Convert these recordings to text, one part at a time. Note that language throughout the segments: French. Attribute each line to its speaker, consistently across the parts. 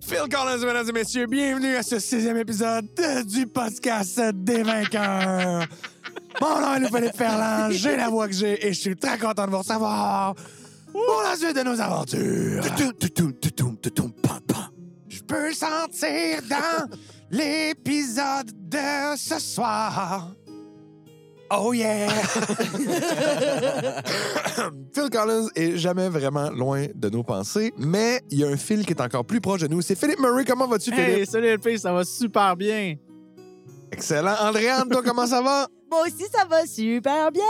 Speaker 1: Phil Collins, mesdames et messieurs, bienvenue à ce sixième épisode de- du podcast des vainqueurs. Mon nom est Louis-Philippe Ferland, j'ai la voix que j'ai et je suis très content de vous recevoir pour la suite de nos aventures. Je peux le sentir dans l'épisode de ce soir. Oh yeah!
Speaker 2: Phil Collins est jamais vraiment loin de nos pensées, mais il y a un fil qui est encore plus proche de nous. C'est Philippe Murray. Comment vas-tu,
Speaker 3: Hey,
Speaker 2: Philippe?
Speaker 3: salut LP, ça va super bien.
Speaker 2: Excellent. Andréane, toi, comment ça va?
Speaker 4: Moi aussi, ça va super bien.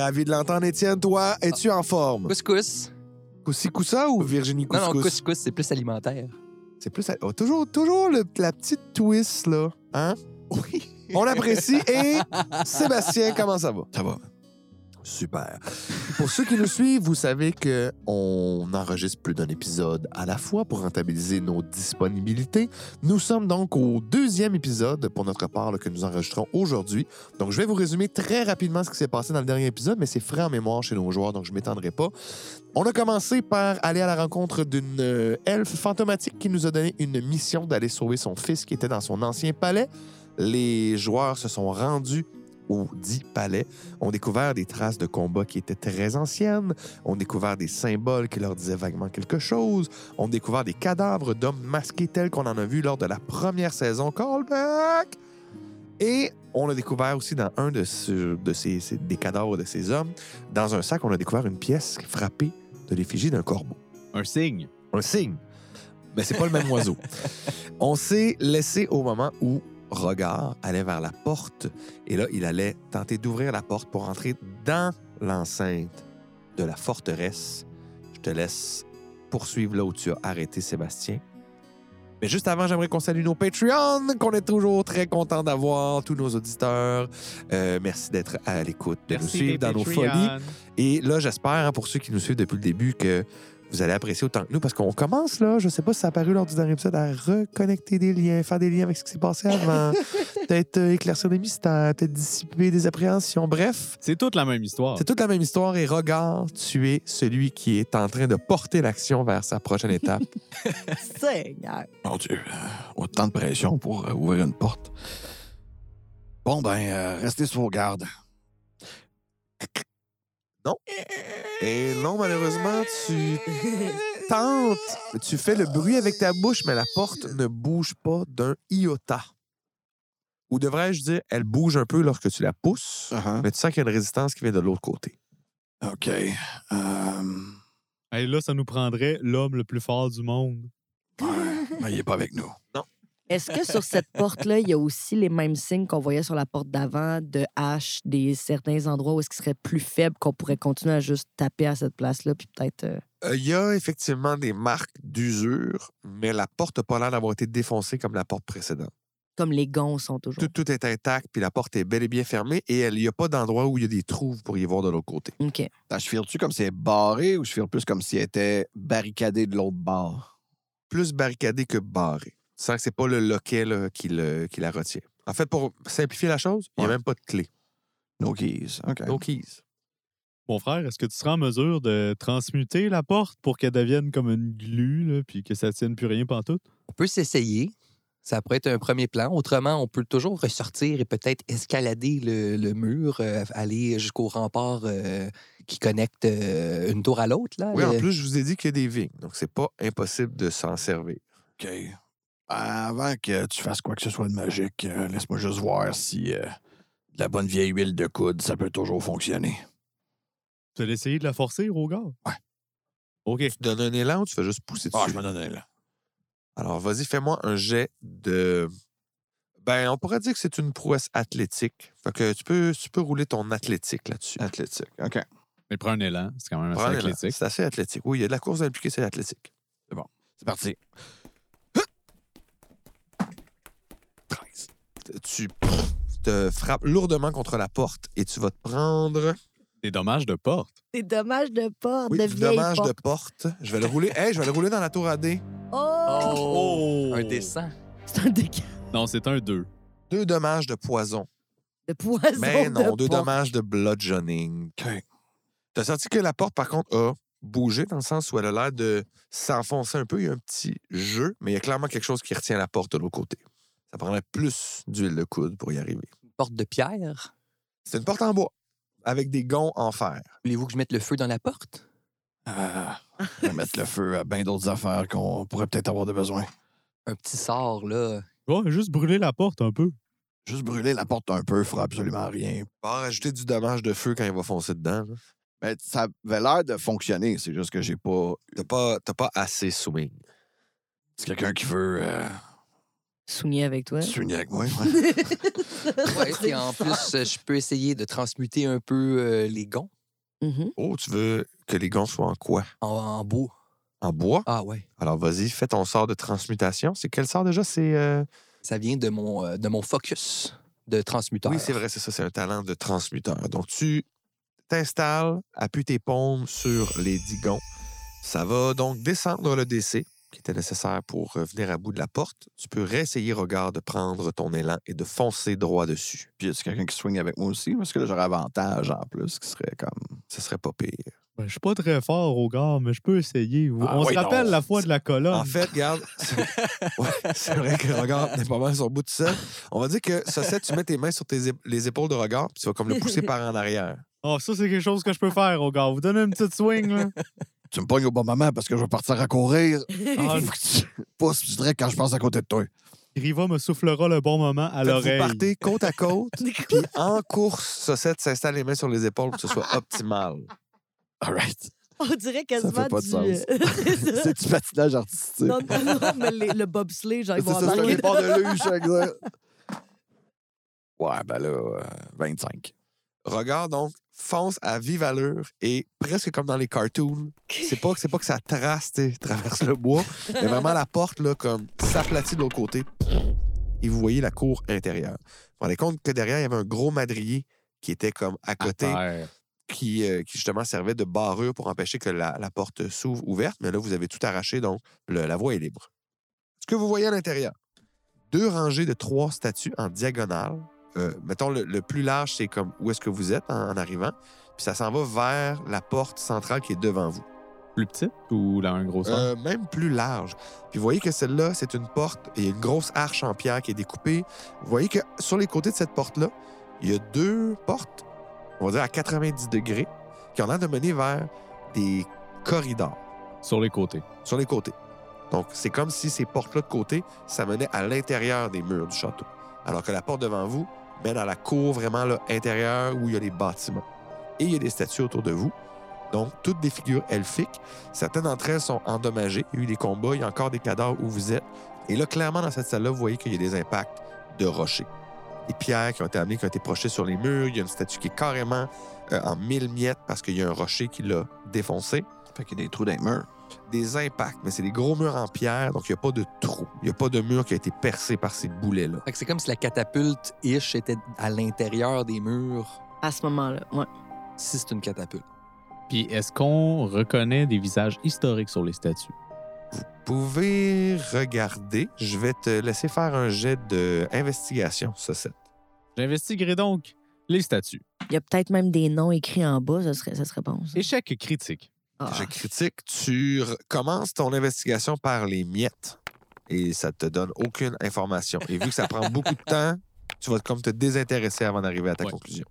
Speaker 2: Ravi de l'entendre, Étienne. Toi, es-tu en forme?
Speaker 5: Couscous.
Speaker 2: Coussi Coussa ou Virginie
Speaker 5: Non, non,
Speaker 2: Couscous?
Speaker 5: couscous, c'est plus alimentaire.
Speaker 2: C'est plus... à- oh, toujours toujours le- la petite twist, là. Hein? Oui. On l'apprécie. Et Sébastien, comment ça va? Ça va. Super. Pour ceux qui nous suivent, vous savez que on enregistre plus d'un épisode à la fois pour rentabiliser nos disponibilités. Nous sommes donc au deuxième épisode pour notre part là, que nous enregistrons aujourd'hui. Donc, je vais vous résumer très rapidement ce qui s'est passé dans le dernier épisode, mais c'est frais en mémoire chez nos joueurs, donc je m'étendrai pas. On a commencé par aller à la rencontre d'une euh, elfe fantomatique qui nous a donné une mission d'aller sauver son fils qui était dans son ancien palais. Les joueurs se sont rendus au dit palais, ont découvert des traces de combats qui étaient très anciennes, ont découvert des symboles qui leur disaient vaguement quelque chose, ont découvert des cadavres d'hommes masqués tels qu'on en a vu lors de la première saison Callback. Et on a découvert aussi dans un de, ce- de ces, ces- des cadavres de ces hommes, dans un sac, on a découvert une pièce frappée de l'effigie d'un corbeau.
Speaker 3: Un signe.
Speaker 2: Un signe. Mais c'est pas le même oiseau. On s'est laissé au moment où Regard allait vers la porte et là, il allait tenter d'ouvrir la porte pour entrer dans l'enceinte de la forteresse. Je te laisse poursuivre là où tu as arrêté Sébastien. Mais juste avant, j'aimerais qu'on salue nos Patreons, qu'on est toujours très content d'avoir, tous nos auditeurs. Euh, merci d'être à l'écoute, de nous suivre dans nos folies. Et là, j'espère, hein, pour ceux qui nous suivent depuis le début, que vous allez apprécier autant que nous, parce qu'on commence, là, je sais pas si ça a paru lors du dernier épisode, à reconnecter des liens, faire des liens avec ce qui s'est passé avant, peut-être euh, éclaircir des mystères, peut-être dissiper des appréhensions. Bref,
Speaker 3: C'est toute la même histoire.
Speaker 2: c'est toute la même histoire. Et regarde, tu es celui qui est en train de porter l'action vers sa prochaine étape.
Speaker 4: Seigneur.
Speaker 6: Mon Dieu, euh, autant de pression pour euh, ouvrir une porte. Bon, ben, euh, restez sur vos gardes.
Speaker 2: Et non, malheureusement, tu tentes, tu fais le bruit avec ta bouche, mais la porte ne bouge pas d'un iota. Ou devrais-je dire, elle bouge un peu lorsque tu la pousses,
Speaker 6: Uh-huh.
Speaker 2: mais tu sens qu'il y a une résistance qui vient de l'autre côté.
Speaker 6: OK. Euh,
Speaker 3: Hey, là, ça nous prendrait l'homme le plus fort du monde.
Speaker 6: ouais, ben, il est pas avec nous.
Speaker 4: Est-ce que sur cette porte-là, il y a aussi les mêmes signes qu'on voyait sur la porte d'avant de hache, des certains endroits où est-ce qu'il serait plus faible qu'on pourrait continuer à juste taper à cette place-là, puis peut-être. euh,
Speaker 2: Euh, Il y a effectivement des marques d'usure, mais la porte n'a pas l'air d'avoir été défoncée comme la porte précédente.
Speaker 4: comme les gonds sont toujours.
Speaker 2: Tout, tout est intact, puis la porte est bel et bien fermée, et elle- il n'y a pas d'endroit où il y a des trous pour y voir de l'autre côté.
Speaker 4: OK.
Speaker 6: Attends, je file-tu comme si elle est barré ou je file plus comme si elle était barricadée de l'autre bord?
Speaker 2: plus barricadé que barré. Tu sens que c'est pas le loquet là, qui, le- qui la retient. En fait, pour simplifier la chose, il n'y a
Speaker 6: Ouais. Ah
Speaker 2: même pas de clé.
Speaker 6: No keys. OK.
Speaker 2: No keys.
Speaker 3: Mon frère, est-ce que tu seras en mesure de transmuter la porte pour qu'elle devienne comme une glu, là, puis que ça tienne plus rien pantoute?
Speaker 5: On peut s'essayer. Ça pourrait être un premier plan. Autrement, on peut toujours ressortir et peut-être escalader le, le mur, euh, aller jusqu'au rempart euh, qui connecte euh, une tour à l'autre. là.
Speaker 2: Oui, en
Speaker 5: Le-
Speaker 2: plus, je vous ai dit qu'il y a des vignes, donc c'est pas impossible de s'en servir.
Speaker 6: OK. Avant que tu fasses quoi que ce soit de magique, euh, laisse-moi juste voir si euh, de la bonne vieille huile de coude, ça peut toujours fonctionner.
Speaker 3: Tu vas essayer de la forcer, Rogar?
Speaker 6: Ouais.
Speaker 3: OK.
Speaker 2: Tu donnes un élan ou tu fais juste pousser dessus?
Speaker 6: Ah, je me donne là.
Speaker 2: Alors, vas-y, fais-moi un jet de. Ben, on pourrait dire que c'est une prouesse athlétique. Fait que tu peux, tu peux rouler ton athlétique là-dessus.
Speaker 6: Athlétique. OK.
Speaker 3: Mais prends un élan, c'est quand même assez
Speaker 2: Prends un élan.
Speaker 3: athlétique.
Speaker 2: C'est assez athlétique. Oui, il y a de la course impliquée, c'est athlétique.
Speaker 6: C'est parti.
Speaker 2: 13. Tu te frappes lourdement contre la porte et tu vas te prendre.
Speaker 3: Des dommages de porte.
Speaker 4: C'est dommage de porte,
Speaker 2: Oui,
Speaker 4: de
Speaker 2: du
Speaker 4: vieille
Speaker 2: dommage
Speaker 4: porte.
Speaker 2: de porte. Je vais le rouler. Hey, je vais le rouler dans la tour AD.
Speaker 4: Oh!
Speaker 3: Oh!
Speaker 5: Un dessin.
Speaker 4: C'est un dégât
Speaker 3: Non, c'est un 2.
Speaker 2: Deux dommages de poison.
Speaker 4: de poison.
Speaker 2: Mais non,
Speaker 4: de
Speaker 2: deux
Speaker 4: porte.
Speaker 2: dommages de bludgeoning.
Speaker 6: OK.
Speaker 2: T'as senti que la porte, par contre, a bouger dans le sens où elle a l'air de s'enfoncer un peu. Il y a un petit jeu, mais il y a clairement quelque chose qui retient la porte de l'autre côté. Ça prendrait plus d'huile de coude pour y arriver.
Speaker 5: Une porte de pierre.
Speaker 2: C'est une porte en bois avec des gonds en fer.
Speaker 5: Voulez-vous que je mette le feu dans la porte?
Speaker 6: Ah, on va mettre le feu à bien d'autres affaires qu'on pourrait peut-être avoir de besoin.
Speaker 5: Un petit sort, là.
Speaker 3: Bon, juste brûler la porte un peu.
Speaker 6: Juste brûler la porte un peu fera absolument rien.
Speaker 2: Pas rajouter du dommage de feu quand il va foncer dedans. là.
Speaker 6: Mais ça avait l'air de fonctionner, c'est juste que j'ai pas.
Speaker 2: T'as pas, t'as pas assez swing.
Speaker 6: C'est quelqu'un qui veut euh,
Speaker 4: Soumis avec toi.
Speaker 6: s'unir avec moi. ouais.
Speaker 5: Ouais, puis en plus, euh, je peux essayer de transmuter un peu euh, les gonds
Speaker 4: Mhm.
Speaker 2: Oh, tu veux que les gonds soient en quoi?
Speaker 5: en, en beau.
Speaker 2: En bois?
Speaker 5: Ah ouais.
Speaker 2: Alors vas-y, fais ton sort de transmutation. C'est quel sort déjà? C'est. euh,
Speaker 5: Ça vient de mon, euh, de mon focus de transmuteur.
Speaker 2: Oui, c'est vrai, c'est ça. C'est un talent de transmuteur. Donc, tu t'installes, appuies tes paumes sur les digons. Ça va donc descendre le DC qui était nécessaire pour euh, venir à bout de la porte. Tu peux réessayer, regard, de prendre ton élan et de foncer droit dessus.
Speaker 6: Puis y a quelqu'un qui swing avec moi aussi? Parce que là, j'aurais avantage en plus, qui serait comme.
Speaker 2: Ce serait pas pire.
Speaker 3: Ben, je suis pas très fort au gars, mais je peux essayer.
Speaker 6: Ah,
Speaker 3: On
Speaker 6: oui,
Speaker 3: se rappelle
Speaker 6: non.
Speaker 3: la fois de la colonne.
Speaker 2: En fait, regarde, c'est ouais, c'est vrai que regard n'est pas mal sur le bout de ça. On va dire que ça, c'est tu mets tes mains sur tes ép- les épaules de regard, puis tu vas comme le pousser par en arrière.
Speaker 3: Ah, ça, c'est quelque chose que je peux faire au gars. Vous donnez une petite swing, là.
Speaker 6: Tu me pognes au bon moment parce que je vais partir à courir.
Speaker 3: Ah,
Speaker 6: Il faut que tu pousses puis tu dirais quand je passe à côté de toi.
Speaker 3: Riva me soufflera le bon moment à
Speaker 2: Fait que
Speaker 3: l'oreille.
Speaker 2: Vous partez côte à côte, puis en course, Saucette s'installe les mains sur les épaules pour que ce soit optimal.
Speaker 6: All right.
Speaker 4: On dirait
Speaker 6: Ça
Speaker 4: quasiment
Speaker 6: fait pas de
Speaker 4: du...
Speaker 6: sens.
Speaker 4: C'est ça.
Speaker 6: C'est du patinage artistique.
Speaker 4: non, non, non, mais les- le bobsleigh, genre,
Speaker 6: C'est
Speaker 4: ils vont
Speaker 6: ça, c'est un
Speaker 4: embarquer
Speaker 6: départ de luge, exact. Ouais, ben là, euh, 25.
Speaker 2: Regarde donc, fonce à vive allure et presque comme dans les cartoons, c'est pas, c'est pas que ça trace, tu sais, traverse le bois, mais vraiment la porte, là, comme s'aplatit de l'autre côté. Et vous voyez la cour intérieure. Vous vous rendez compte que derrière, il y avait un gros madrier qui était comme à côté, qui, euh, qui justement servait de barrure pour empêcher que la, la porte s'ouvre ouverte. Mais là, vous avez tout arraché, donc le- la voie est libre. Ce que vous voyez à l'intérieur, deux rangées de trois statues en diagonale. Euh, mettons, le, le plus large, c'est comme où est-ce que vous êtes en, en arrivant. Puis ça s'en va vers la porte centrale qui est devant vous.
Speaker 3: Plus petite ou là, un gros sort?
Speaker 2: Euh, même plus large. Puis vous voyez que celle-là, c'est une porte et une grosse arche en pierre qui est découpée. Vous voyez que sur les côtés de cette porte-là, il y a deux portes, on va dire à 90 degrés, qui ont l'air de mener vers des corridors
Speaker 3: Sur les côtés.
Speaker 2: sur les côtés. Donc, c'est comme si ces portes-là de côté, ça menait à l'intérieur des murs du château. Alors que la porte devant vous mène à la cour vraiment là, intérieure où il y a les bâtiments. Et il y a des statues autour de vous. Donc, toutes des figures elfiques. Certaines d'entre elles sont endommagées. Il y a eu des combats, il y a encore des cadavres où vous êtes. Et là, clairement, dans cette salle-là, vous voyez qu'il y a des impacts de rochers. Des pierres qui ont été amenées, qui ont été projetées sur les murs. Il y a une statue qui est carrément euh, en mille miettes parce qu'il y a un rocher qui l'a défoncé
Speaker 6: Fait qu'il y a des trous dans les murs.
Speaker 2: des impacts, mais c'est des gros murs en pierre, donc il n'y a pas de trou. Il n'y a pas de mur qui a été percé par ces boulets-là.
Speaker 5: Fait que c'est comme si la catapulte ish était à l'intérieur des murs,
Speaker 4: à ce moment-là. Ouais.
Speaker 5: si c'est une catapulte.
Speaker 3: Puis est-ce qu'on reconnaît des visages historiques sur les statues?
Speaker 2: Vous pouvez regarder. Je vais te laisser faire un jet d'investigation, ça, c'est.
Speaker 3: J'investiguerai donc les statues.
Speaker 4: Il y a peut-être même des noms écrits en bas, ça serait, ça serait bon. ça.
Speaker 3: Échec critique.
Speaker 4: Ah.
Speaker 2: Je critique. Tu re- commences ton investigation par les miettes et ça te donne aucune information. Et vu que ça prend beaucoup de temps, tu vas comme te désintéresser avant d'arriver à ta
Speaker 3: Ouais.
Speaker 2: conclusion.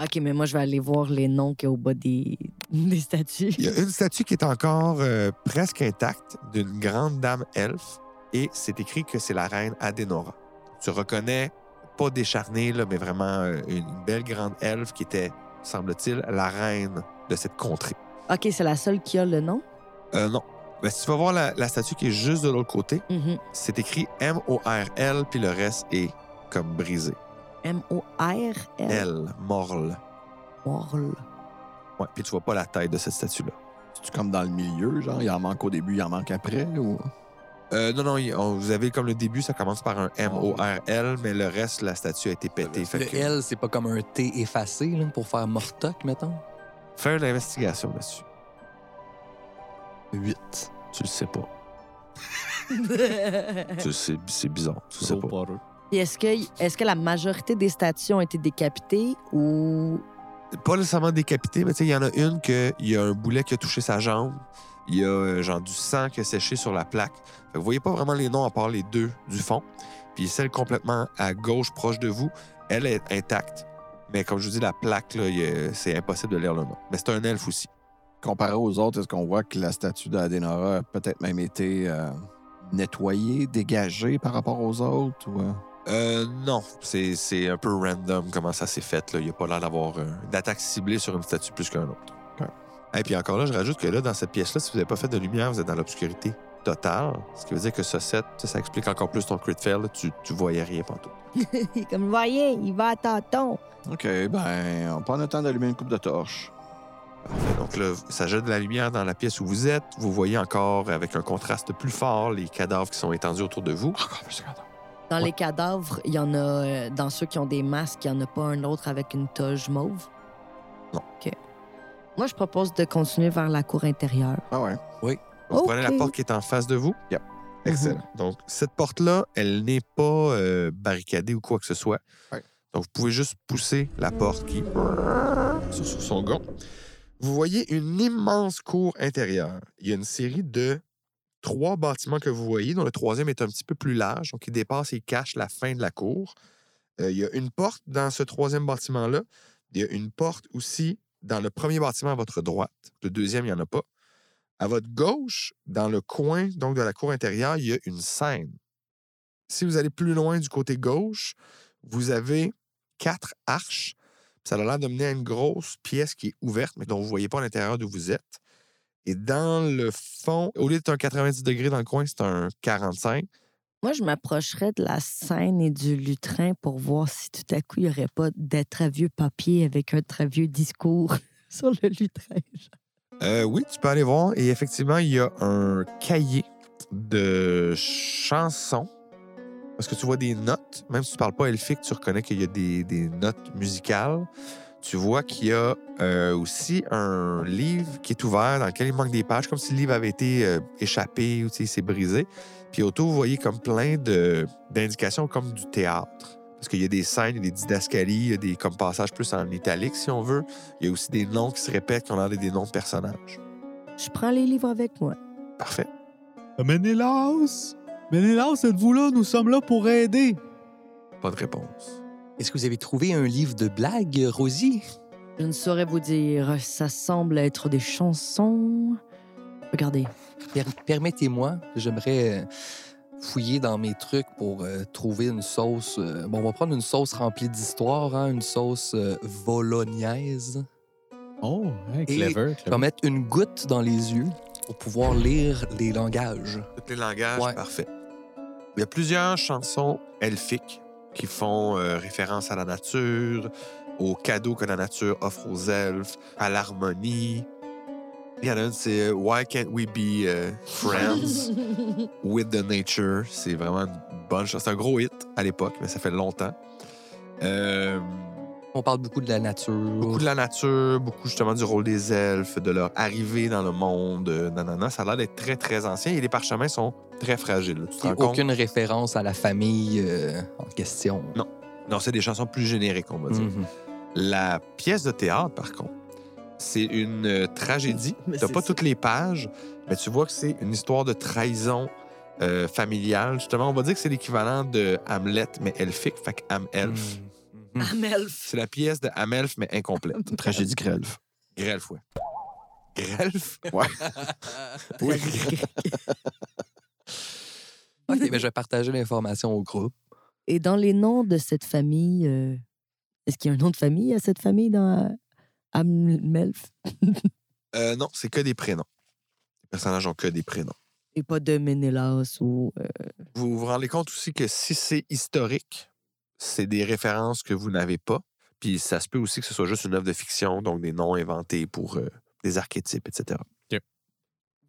Speaker 4: OK, mais moi, je vais aller voir les noms qu'il y a au bas des, des statues.
Speaker 2: Il y a une statue qui est encore euh, presque intacte d'une grande dame elfe et c'est écrit que c'est la reine Adenora. Tu reconnais, pas décharnée, là, mais vraiment euh, une belle grande elfe qui était, semble-t-il, la reine de cette contrée.
Speaker 4: OK, c'est la seule qui a le nom?
Speaker 2: Euh, non. Mais si tu vas voir la, la statue qui est juste de l'autre côté,
Speaker 4: Mhm.
Speaker 2: c'est écrit M-O-R-L, puis le reste est comme brisé.
Speaker 4: M-O-R-L.
Speaker 2: L, morle.
Speaker 4: Morl.
Speaker 2: Ouais, puis tu vois pas la tête de cette statue-là.
Speaker 6: C'est-tu comme dans le milieu, genre, il en manque au début, il en manque après, ou...
Speaker 2: Euh, non, non, il- on- vous avez comme le début, ça commence par un M-O-R-L, mais Ah, le reste, la statue a été pétée. Fait
Speaker 5: le
Speaker 2: que...
Speaker 5: L, c'est pas comme un T effacé là, pour faire Mortoc, mettons.
Speaker 2: Fais une investigation là-dessus.
Speaker 5: 8.
Speaker 2: Tu le sais pas.
Speaker 4: Puis
Speaker 2: Tu- C'est c'est bizarre. Tu le sais
Speaker 3: Gros
Speaker 2: pas.
Speaker 3: poreux.
Speaker 4: est-ce que, est que la majorité des statues ont été décapitées ou
Speaker 2: pas nécessairement décapité, mais tu sais, il y en a une que il y a un boulet qui a touché sa jambe. Il y a euh, genre du sang qui a séché sur la plaque. Fait que vous voyez pas vraiment les noms à part les deux du fond. Puis celle complètement à gauche, proche de vous, elle est intacte. Mais comme je vous dis, la plaque, là, il y a- c'est impossible de lire le nom. Mais c'est un elfe aussi.
Speaker 6: Comparé aux autres, est-ce qu'on voit que la statue d'Adenora a peut-être même été euh, nettoyée, dégagée par rapport aux autres? ou, euh?
Speaker 2: Euh, non, c'est c'est un peu random comment ça s'est fait. Là. Il n'y a pas l'air d'avoir euh, d'attaque ciblée sur une statue plus qu'un autre.
Speaker 6: Ok.
Speaker 2: Et puis encore là, je rajoute que là, dans cette pièce-là, si vous n'avez pas fait de lumière, vous êtes dans l'obscurité totale. Ce qui veut dire que ce set, ça, ça explique encore plus ton crit fail. là. Tu, tu voyais rien pantoute.
Speaker 7: Comme, voyez, il va à tâtons.
Speaker 6: OK, ben, on prend le temps d'allumer une coupe de torche.
Speaker 2: Parfait. Donc là, ça jette de la lumière dans la pièce où vous êtes. Vous voyez encore, avec un contraste plus fort, les cadavres qui sont étendus autour de vous.
Speaker 4: Dans les cadavres, il y en a. euh, Dans ceux qui ont des masques, il n'y en a pas un autre avec une toge mauve?
Speaker 2: Non.
Speaker 4: OK. Moi, je propose de continuer vers la cour intérieure.
Speaker 6: Ah ouais.
Speaker 2: Vous prenez la
Speaker 7: Ok.
Speaker 2: porte qui est en face de vous.
Speaker 6: Yep.
Speaker 2: Excellent. Donc, cette porte-là, elle n'est pas euh, barricadée ou quoi que ce soit.
Speaker 6: Ouais.
Speaker 2: Donc, vous pouvez juste pousser la porte qui. sur, sur son gond. Vous voyez une immense cour intérieure. Il y a une série de trois bâtiments que vous voyez, dont le troisième est un petit peu plus large, donc il dépasse et cache la fin de la cour. Euh, il y a une porte dans ce troisième bâtiment-là. Il y a une porte aussi dans le premier bâtiment à votre droite. Le deuxième, il n'y en a pas. À votre gauche, dans le coin donc de la cour intérieure, il y a une scène. Si vous allez plus loin du côté gauche, vous avez quatre arches. Ça a l'air de mener à une grosse pièce qui est ouverte, mais dont vous ne voyez pas à l'intérieur d'où vous êtes. Et dans le fond, au lieu d'être un 90 degrés dans le coin, c'est un 45.
Speaker 4: Moi, je m'approcherais de la scène et du lutrin pour voir si tout à coup, il n'y aurait pas des très vieux papiers avec un très vieux discours sur le lutrin.
Speaker 2: Euh, oui, tu peux aller voir. Et effectivement, il y a un cahier de chansons. Parce que tu vois des notes. Même si tu parles pas elfique, tu reconnais qu'il y a des, des notes musicales. Tu vois qu'il y a euh, aussi un livre qui est ouvert dans lequel il manque des pages, comme si le livre avait été euh, échappé ou tu sais, il s'est brisé. Puis autour, vous voyez comme plein de- d'indications comme du théâtre. Parce qu'il y a des scènes, il y a des didascalies, il y a des comme passages plus en italique, si on veut. Il y a aussi des noms qui se répètent, qui ont l'air d'être des noms de personnages.
Speaker 4: Je prends les livres avec moi.
Speaker 2: Parfait.
Speaker 3: Ménélas! Ménélas, êtes-vous là? Nous sommes là pour aider.
Speaker 2: Pas de réponse.
Speaker 5: Est-ce que vous avez trouvé un livre de blagues, Rosie?
Speaker 4: Je ne saurais vous dire, ça semble être des chansons. Regardez.
Speaker 5: Per- Permettez-moi, j'aimerais euh, fouiller dans mes trucs pour euh, trouver une sauce. euh, bon, on va prendre une sauce remplie d'histoire, hein, une sauce euh, bolognaise.
Speaker 3: Oh, hey,
Speaker 5: Et
Speaker 3: clever,
Speaker 5: Je vais
Speaker 3: clever.
Speaker 5: mettre une goutte dans les yeux pour pouvoir lire les langages.
Speaker 2: Tous les langages,
Speaker 5: Ouais.
Speaker 2: parfait. Il y a plusieurs chansons elfiques qui font euh, référence à la nature, aux cadeaux que la nature offre aux elfes, à l'harmonie. Il y en a une, c'est euh, Why can't we be euh, friends with the nature? C'est vraiment une bonne chanson. C'est un gros hit à l'époque, mais ça fait longtemps. Euh,
Speaker 5: On parle beaucoup de la nature.
Speaker 2: Beaucoup de la nature, beaucoup justement du rôle des elfes, de leur arrivée dans le monde, euh, nanana. Ça a l'air d'être très, très ancien et les parchemins sont très fragiles. là. Tu te
Speaker 5: Et
Speaker 2: rends compte?
Speaker 5: aucune référence à la famille euh, en question.
Speaker 2: Non, c'est des chansons plus génériques, on va dire.
Speaker 5: Mhm.
Speaker 2: La pièce de théâtre, par contre, c'est une euh, tragédie.
Speaker 4: Mais
Speaker 2: T'as
Speaker 4: c'est
Speaker 2: pas
Speaker 4: ça.
Speaker 2: toutes les pages, mais tu vois que c'est une histoire de trahison euh, familiale. Justement, on va dire que c'est l'équivalent de Hamlet, mais elfique, fait que Ham-Elf.
Speaker 4: Mm-hmm.
Speaker 5: Mhm.
Speaker 2: C'est la pièce de Hamelf, mais incomplète.
Speaker 6: Une tragédie grelf.
Speaker 2: Grelf, ouais. Grelf?
Speaker 6: Oui.
Speaker 5: OK, ben, je vais partager l'information au groupe.
Speaker 4: Et dans les noms de cette famille, euh, est-ce qu'il y a un nom de famille à cette famille dans Ammelf?
Speaker 2: Euh, non, c'est que des prénoms. Les personnages ont que des prénoms.
Speaker 4: Et pas de Ménélas ou. euh,
Speaker 2: Vous vous rendez compte aussi que si c'est historique, c'est des références que vous n'avez pas. Puis ça se peut aussi que ce soit juste une œuvre de fiction, donc des noms inventés pour euh, des archétypes, etc.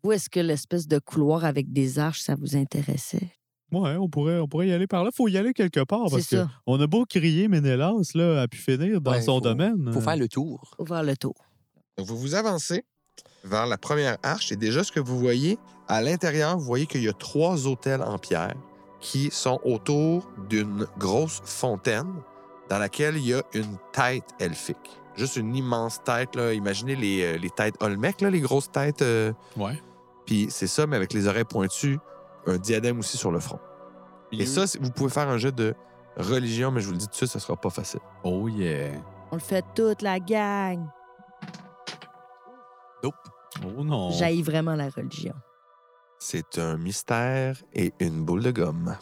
Speaker 4: Ou est-ce que l'espèce de couloir avec des arches, ça vous intéressait?
Speaker 3: Ouais, on pourrait, on pourrait y aller par là. Faut y aller quelque part
Speaker 4: C'est
Speaker 3: parce que
Speaker 4: ça.
Speaker 3: on a beau crier Ménélas, là, a pu finir dans
Speaker 5: Ouais,
Speaker 3: son
Speaker 5: faut-
Speaker 3: domaine. euh.
Speaker 5: Faut faire le tour.
Speaker 4: Faut Ouvrir le tour.
Speaker 2: Donc, vous vous avancez vers la première arche et déjà ce que vous voyez à l'intérieur, vous voyez qu'il y a trois hôtels en pierre qui sont autour d'une grosse fontaine dans laquelle il y a une tête elfique. Juste une immense tête, là. Imaginez les, euh, les têtes Olmec, là, les grosses têtes. euh,
Speaker 6: Ouais.
Speaker 2: Puis c'est ça, mais avec les oreilles pointues, un diadème aussi sur le front. Et ça, c'est- vous pouvez faire un jet de religion, mais je vous le dis tout de suite, ça sera pas facile.
Speaker 6: Oh yeah.
Speaker 4: On le fait toute la gang.
Speaker 3: Oh non.
Speaker 4: J'haïs vraiment la religion.
Speaker 2: C'est un mystère et une boule de gomme.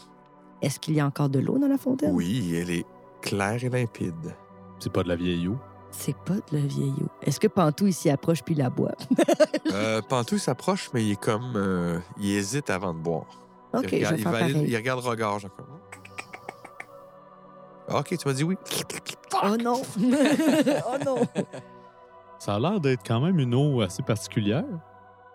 Speaker 4: Est-ce qu'il y a encore de l'eau dans la fontaine?
Speaker 2: Oui, elle est claire et limpide.
Speaker 3: C'est pas de la vieille eau.
Speaker 4: C'est pas de la vieille eau. Est-ce que Pantou il s'y approche puis la boit?
Speaker 2: Euh, Pantou s'approche, mais il est comme. euh, il hésite avant de boire.
Speaker 4: OK,
Speaker 2: il,
Speaker 4: je
Speaker 2: regarde,
Speaker 4: vais
Speaker 2: il
Speaker 4: faire
Speaker 2: valide- il
Speaker 4: pareil.
Speaker 2: regarde regard, genre comme, Ah, Ok, tu m'as dit oui.
Speaker 4: Oh non! oh non!
Speaker 3: Ça a l'air d'être quand même une eau assez particulière.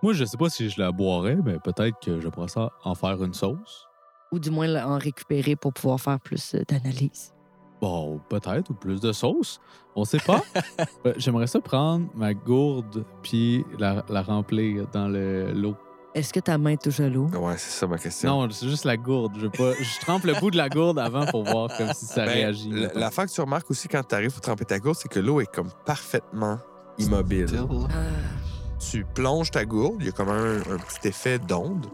Speaker 3: Moi, je sais pas si je la boirais, mais peut-être que je pourrais ça en faire une sauce.
Speaker 4: Ou du moins en récupérer pour pouvoir faire plus euh, d'analyse.
Speaker 3: Bon, peut-être, ou plus de sauce. On sait pas. Euh, J'aimerais ça prendre ma gourde puis la, la remplir dans le- l'eau.
Speaker 4: Est-ce que ta main touche à l'eau?
Speaker 2: Ouais, c'est ça ma question.
Speaker 3: Non, c'est juste la gourde. Je, veux pas, je trempe le bout de la gourde avant pour voir comme si ça
Speaker 2: Ben,
Speaker 3: réagit.
Speaker 2: l-
Speaker 3: mettons.
Speaker 2: la fin que tu remarques aussi quand tu arrives pour tremper ta gourde, c'est que l'eau est comme parfaitement immobile.
Speaker 4: Ah.
Speaker 2: Tu plonges ta gourde, il y a comme un, un petit effet d'onde.